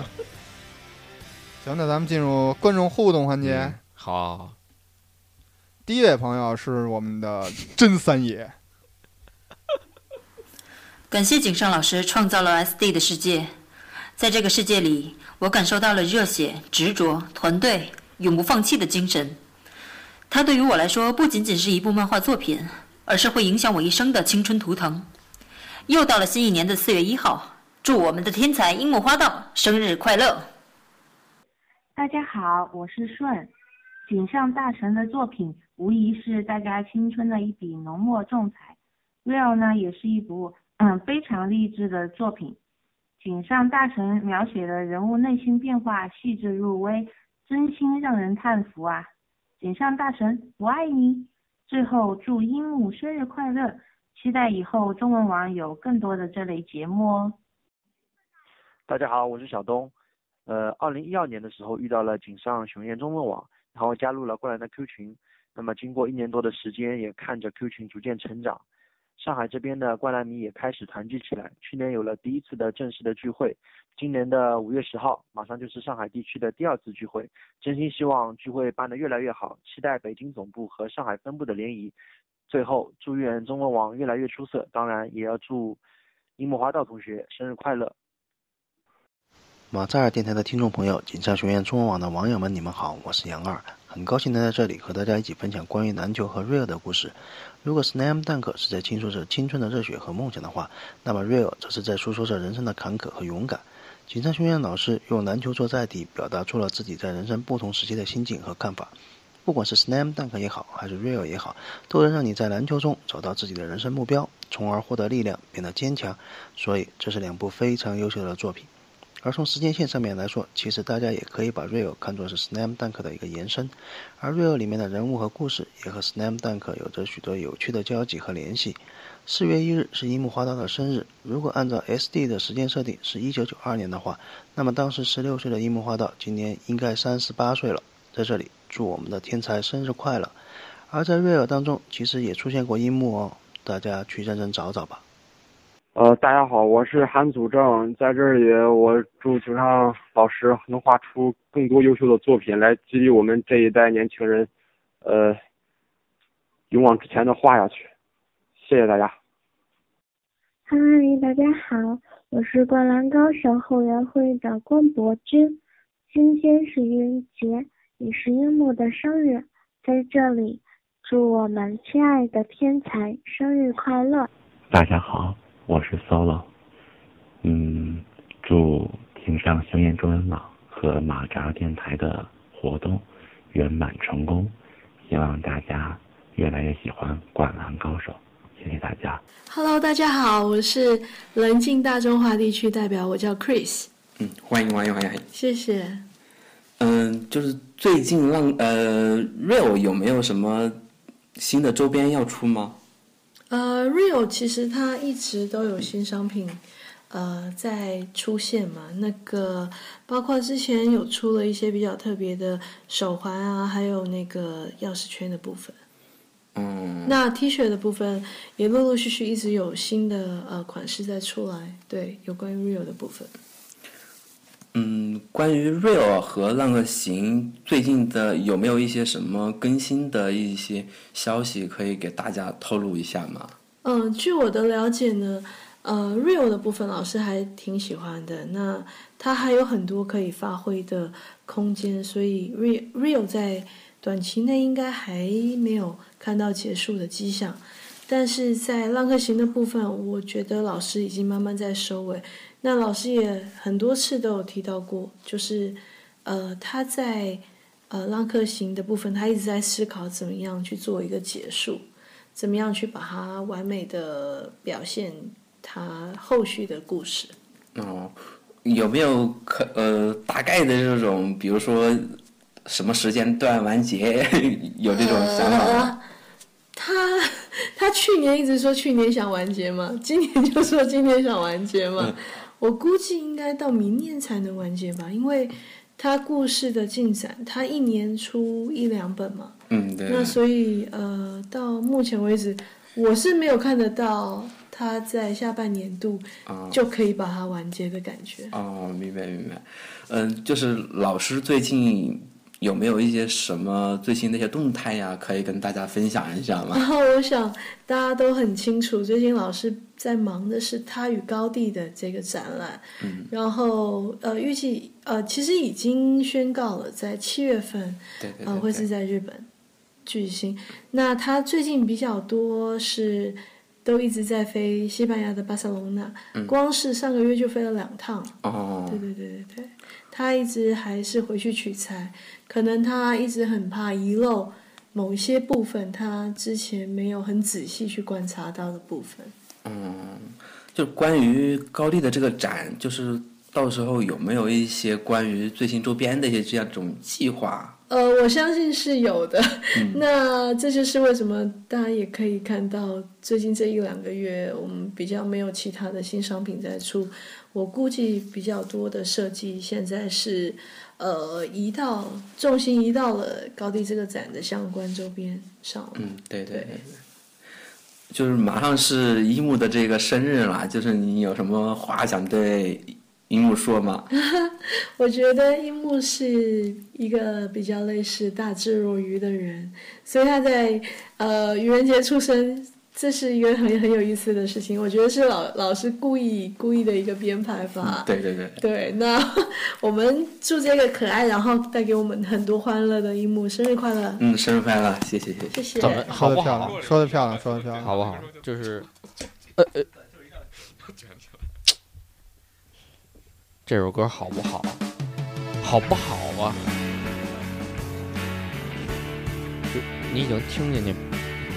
行，那咱们进入观众互动环节。
嗯好，好
第一位朋友是我们的真三爷，
感谢井上老师创造了 SD 的世界，在这个世界里，我感受到了热血、执着、团队、永不放弃的精神。它对于我来说，不仅仅是一部漫画作品，而是会影响我一生的青春图腾。又到了新一年的四月一号，祝我们的天才樱木花道生日快乐！
大家好，我是顺。井上大神的作品无疑是大家青春的一笔浓墨重彩。Real 呢，也是一部嗯非常励志的作品。井上大神描写的人物内心变化细致入微，真心让人叹服啊！井上大神，我爱你！最后祝樱木生日快乐，期待以后中文网有更多的这类节目哦。
大家好，我是小东。呃，二零一二年的时候遇到了井上雄彦中文网，然后加入了过来的 Q 群。那么经过一年多的时间，也看着 Q 群逐渐成长，上海这边的灌篮迷也开始团聚起来。去年有了第一次的正式的聚会，今年的五月十号，马上就是上海地区的第二次聚会。真心希望聚会办得越来越好，期待北京总部和上海分部的联谊。最后，祝愿中文网越来越出色，当然也要祝樱木花道同学生日快乐。
马扎尔电台的听众朋友，锦上学院中文网的网友们，你们好，我是杨二。
很高兴能在这里和大家一起分享关于篮球和 Real 的故事。如果 Slam Dunk 是在倾诉着青春的热血和梦想的话，那么 Real 则是在诉说着人生的坎坷和勇敢。井上雄彦老师用篮球做载体，表达出了自己在人生不同时期的心境和看法。不管是 Slam Dunk 也好，还是 Real 也好，都能让你在篮球中找到自己的人生目标，从而获得力量，变得坚强。所以，这是两部非常优秀的作品。而从时间线上面来说，其实大家也可以把 Real 看作是 Slam Dunk 的一个延伸，而 Real 里面的人物和故事也和 Slam Dunk 有着许多有趣的交集和联系。四月一日是樱木花道的生日，如果按照 SD 的时间设定是一九九二年的话，那么当时十六岁的樱木花道今年应该三十八岁了。在这里祝我们的天才生日快乐！而在 Real 当中，其实也出现过樱木哦，大家去认真找找吧。
呃，大家好，我是韩祖正，在这里我祝井上老师能画出更多优秀的作品，来激励我们这一代年轻人，呃，勇往直前的画下去。谢谢大家。
嗨，大家好，我是灌篮高手后援会的关博君。今天是愚人节，也是樱木的生日，在这里祝我们亲爱的天才生日快乐！
大家好，我是 Solo，嗯，祝井上雄彦中文网和马扎电台的活动圆满成功，希望大家越来越喜欢《灌篮高手》，谢谢大家。
Hello，大家好，我是临近大中华地区代表，我叫 Chris，
嗯，欢迎欢迎欢迎欢迎。
谢谢。
嗯、就是最近浪呃，Real 有没有什么新的周边要出吗？
呃，Real 其实它一直都有新商品，呃，在出现嘛。那个包括之前有出了一些比较特别的手环啊，还有那个钥匙圈的部分。
嗯，
那 T 恤的部分也陆陆续续一直有新的呃款式在出来。对，有关于 Real 的部分。
嗯，关于 Real 和浪客行最近的有没有一些什么更新的一些消息可以给大家透露一下吗？
嗯，据我的了解呢，呃，real 的部分老师还挺喜欢的。那他还有很多可以发挥的空间，所以 real real 在短期内应该还没有看到结束的迹象。但是在浪客行的部分，我觉得老师已经慢慢在收尾。那老师也很多次都有提到过，就是，呃，他在呃浪客行的部分，他一直在思考怎么样去做一个结束。怎么样去把它完美的表现它后续的故事。 (laughs)
哦，有没有可呃大概的这种，比如说什么时间段完结， (laughs) 有这种想法吗？
(laughs) 呃他他去年一直说去年想完结嘛，今年就说今年想完结嘛。我估计应该到明年才能完结吧，因为他故事的进展，他一年出一两本嘛。
嗯，对。
那所以呃，到目前为止，我是没有看得到他在下半年度
啊
就可以把它完结的感觉。
哦，明白明白。嗯，就是老师最近有没有一些什么最新的一些动态呀，可以跟大家分享一下
然
吗？
后 (laughs) 我想大家都很清楚，最近老师在忙的是他与高地的这个展览，
嗯
然后呃，预计呃，其实已经宣告了，在七月份，
对对
呃，
对
会是在日本举行。那他最近比较多是都一直在飞西班牙的巴塞隆纳，
嗯
光是上个月就飞了两趟。
哦
对，对对对对，他一直还是回去取材，可能他一直很怕遗漏某一些部分，他之前没有很仔细去观察到的部分。
嗯，就关于高地的这个展，就是到时候有没有一些关于最新周边的一些这样一种计划？
呃，我相信是有的。那这就是为什么大家也可以看到，最近这一两个月我们比较没有其他的新商品在出。我估计比较多的设计现在是，呃，移到重心移到了高地这个展的相关周边上了。
嗯，对对对对，就是马上是樱木的这个生日了，就是你有什么话想对樱木说
(laughs)
吗？
我觉得樱木是一个比较类似大智若愚的人，所以他在呃愚人节出生
这是一个很很有意思的事情，我觉得是老老师故意故意的一个编排
嗯
法。
对对对，
对，那 (laughs) 我们祝这个可爱，然后带给我们很多欢乐的一幕，生日快乐！
嗯，生日快乐，谢谢谢
谢谢
怎么
说
好
的
不
漂
好
亮，？说的漂亮，说的漂亮，
好不好？就是，呃呃，这首歌好不好？好不好啊？就你已经听进去，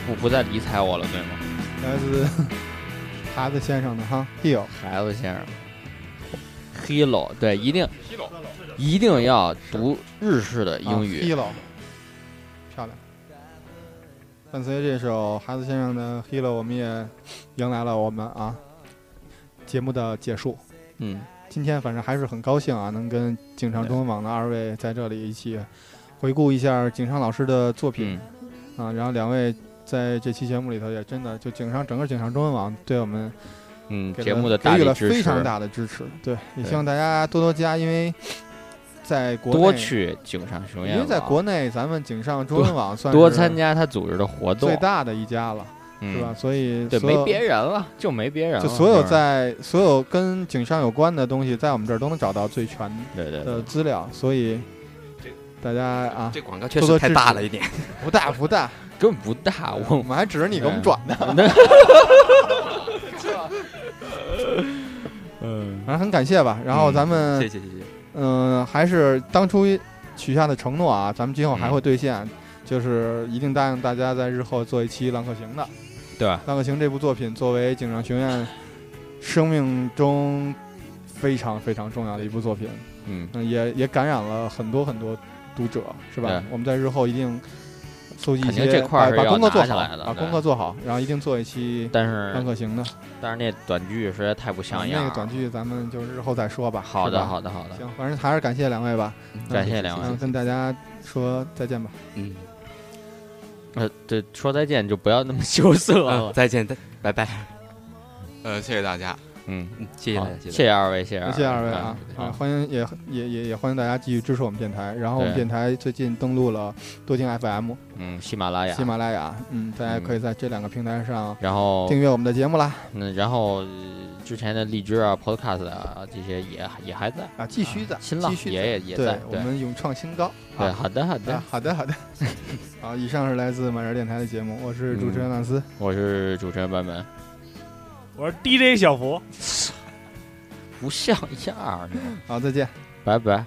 不不再理睬我了，对吗？
来自 (laughs) 孩子先生的哈 h e l
孩子先生，Hello，对，一定一定要读日式的英语。
h e l 漂亮。伴随这首孩子先生的 h e l 我们也迎来了我们啊节目的结束。
嗯，
今天反正还是很高兴啊，能跟警上中文网的二位在这里一起回顾一下井上老师的作
嗯
品、啊，然后两位在这期节目里头也真的就井上整个井上中文网对我们
嗯，
给
节
了
目的
给
大
予
力
了
支持，
非常大的支持，对，也
对
希望大家多多加，因为在国内
多去井上雄
因
彦
为
网，
在国内咱们井上中
多
文网算
多
是
参加他组织的活动
最，大的一家了，
嗯
是吧？所以
对，
所有
没别人嗯了，就没别人了，
就所有
是
在所有跟井上有关的东西，在我们这儿都能找到最全
对对
的资料，所以大家啊，
这广告确
多
实
多
太
支
大
持
了一点
不大不大，
根本不
啊
大，我
们还指着你给我们转呢，
嗯，
反正啊很感谢吧。然后咱们
谢谢谢谢。
嗯，还是当初许下的承诺啊，咱们今后
嗯
还会兑现，就是一定答应大家在日后做一期《浪客行》的。
对
《浪客行》这部作品作为井上雄彦生命中非常非常重要的一部作品，
嗯
也也感染了很多很多读者，是吧
对？
我们在日后一定搜集一
肯定
些，
这块儿
把
是
把
要
功课做
拿下
好
来，的
把
对
功课做好，然后一定做一期
但是
浪客行的。
但是那短剧实在太不像样
那
了。
个短剧咱们就日后再说吧。
好的
是吧
好的好的
行，反正还是感谢两位吧，
感谢两位
嗯跟大家说再见吧。
嗯，
呃，这说再见就不要那么羞涩
啊
了。
哦再见，再拜拜。
呃，谢谢大家，
嗯，
谢谢大
好
家，
谢
谢
谢二位，谢谢
谢谢二位啊
啊！
啊，欢迎也也也也欢迎大家继续支持我们电台。然后我们
对
电台最近登录了多听 FM、
嗯，喜马拉雅，
喜马拉雅，嗯，大家
嗯哦
可以在这两个平台上
然后
订阅我们的节目啦。
嗯，然后呃之前的荔枝啊、Podcast 啊这些也也还在
啊，继续在，
新浪
继续
也也也
对
在
我们勇创新高。
对
啊
好嗯的好的
啊好的，好 (laughs) 的。好，以上是来自马哲电台的节目，我是主持
嗯
人兰斯。
我是主持人版本，
我是 DJ 小福。
不像样儿呢，
(laughs) 好，再见，
拜拜。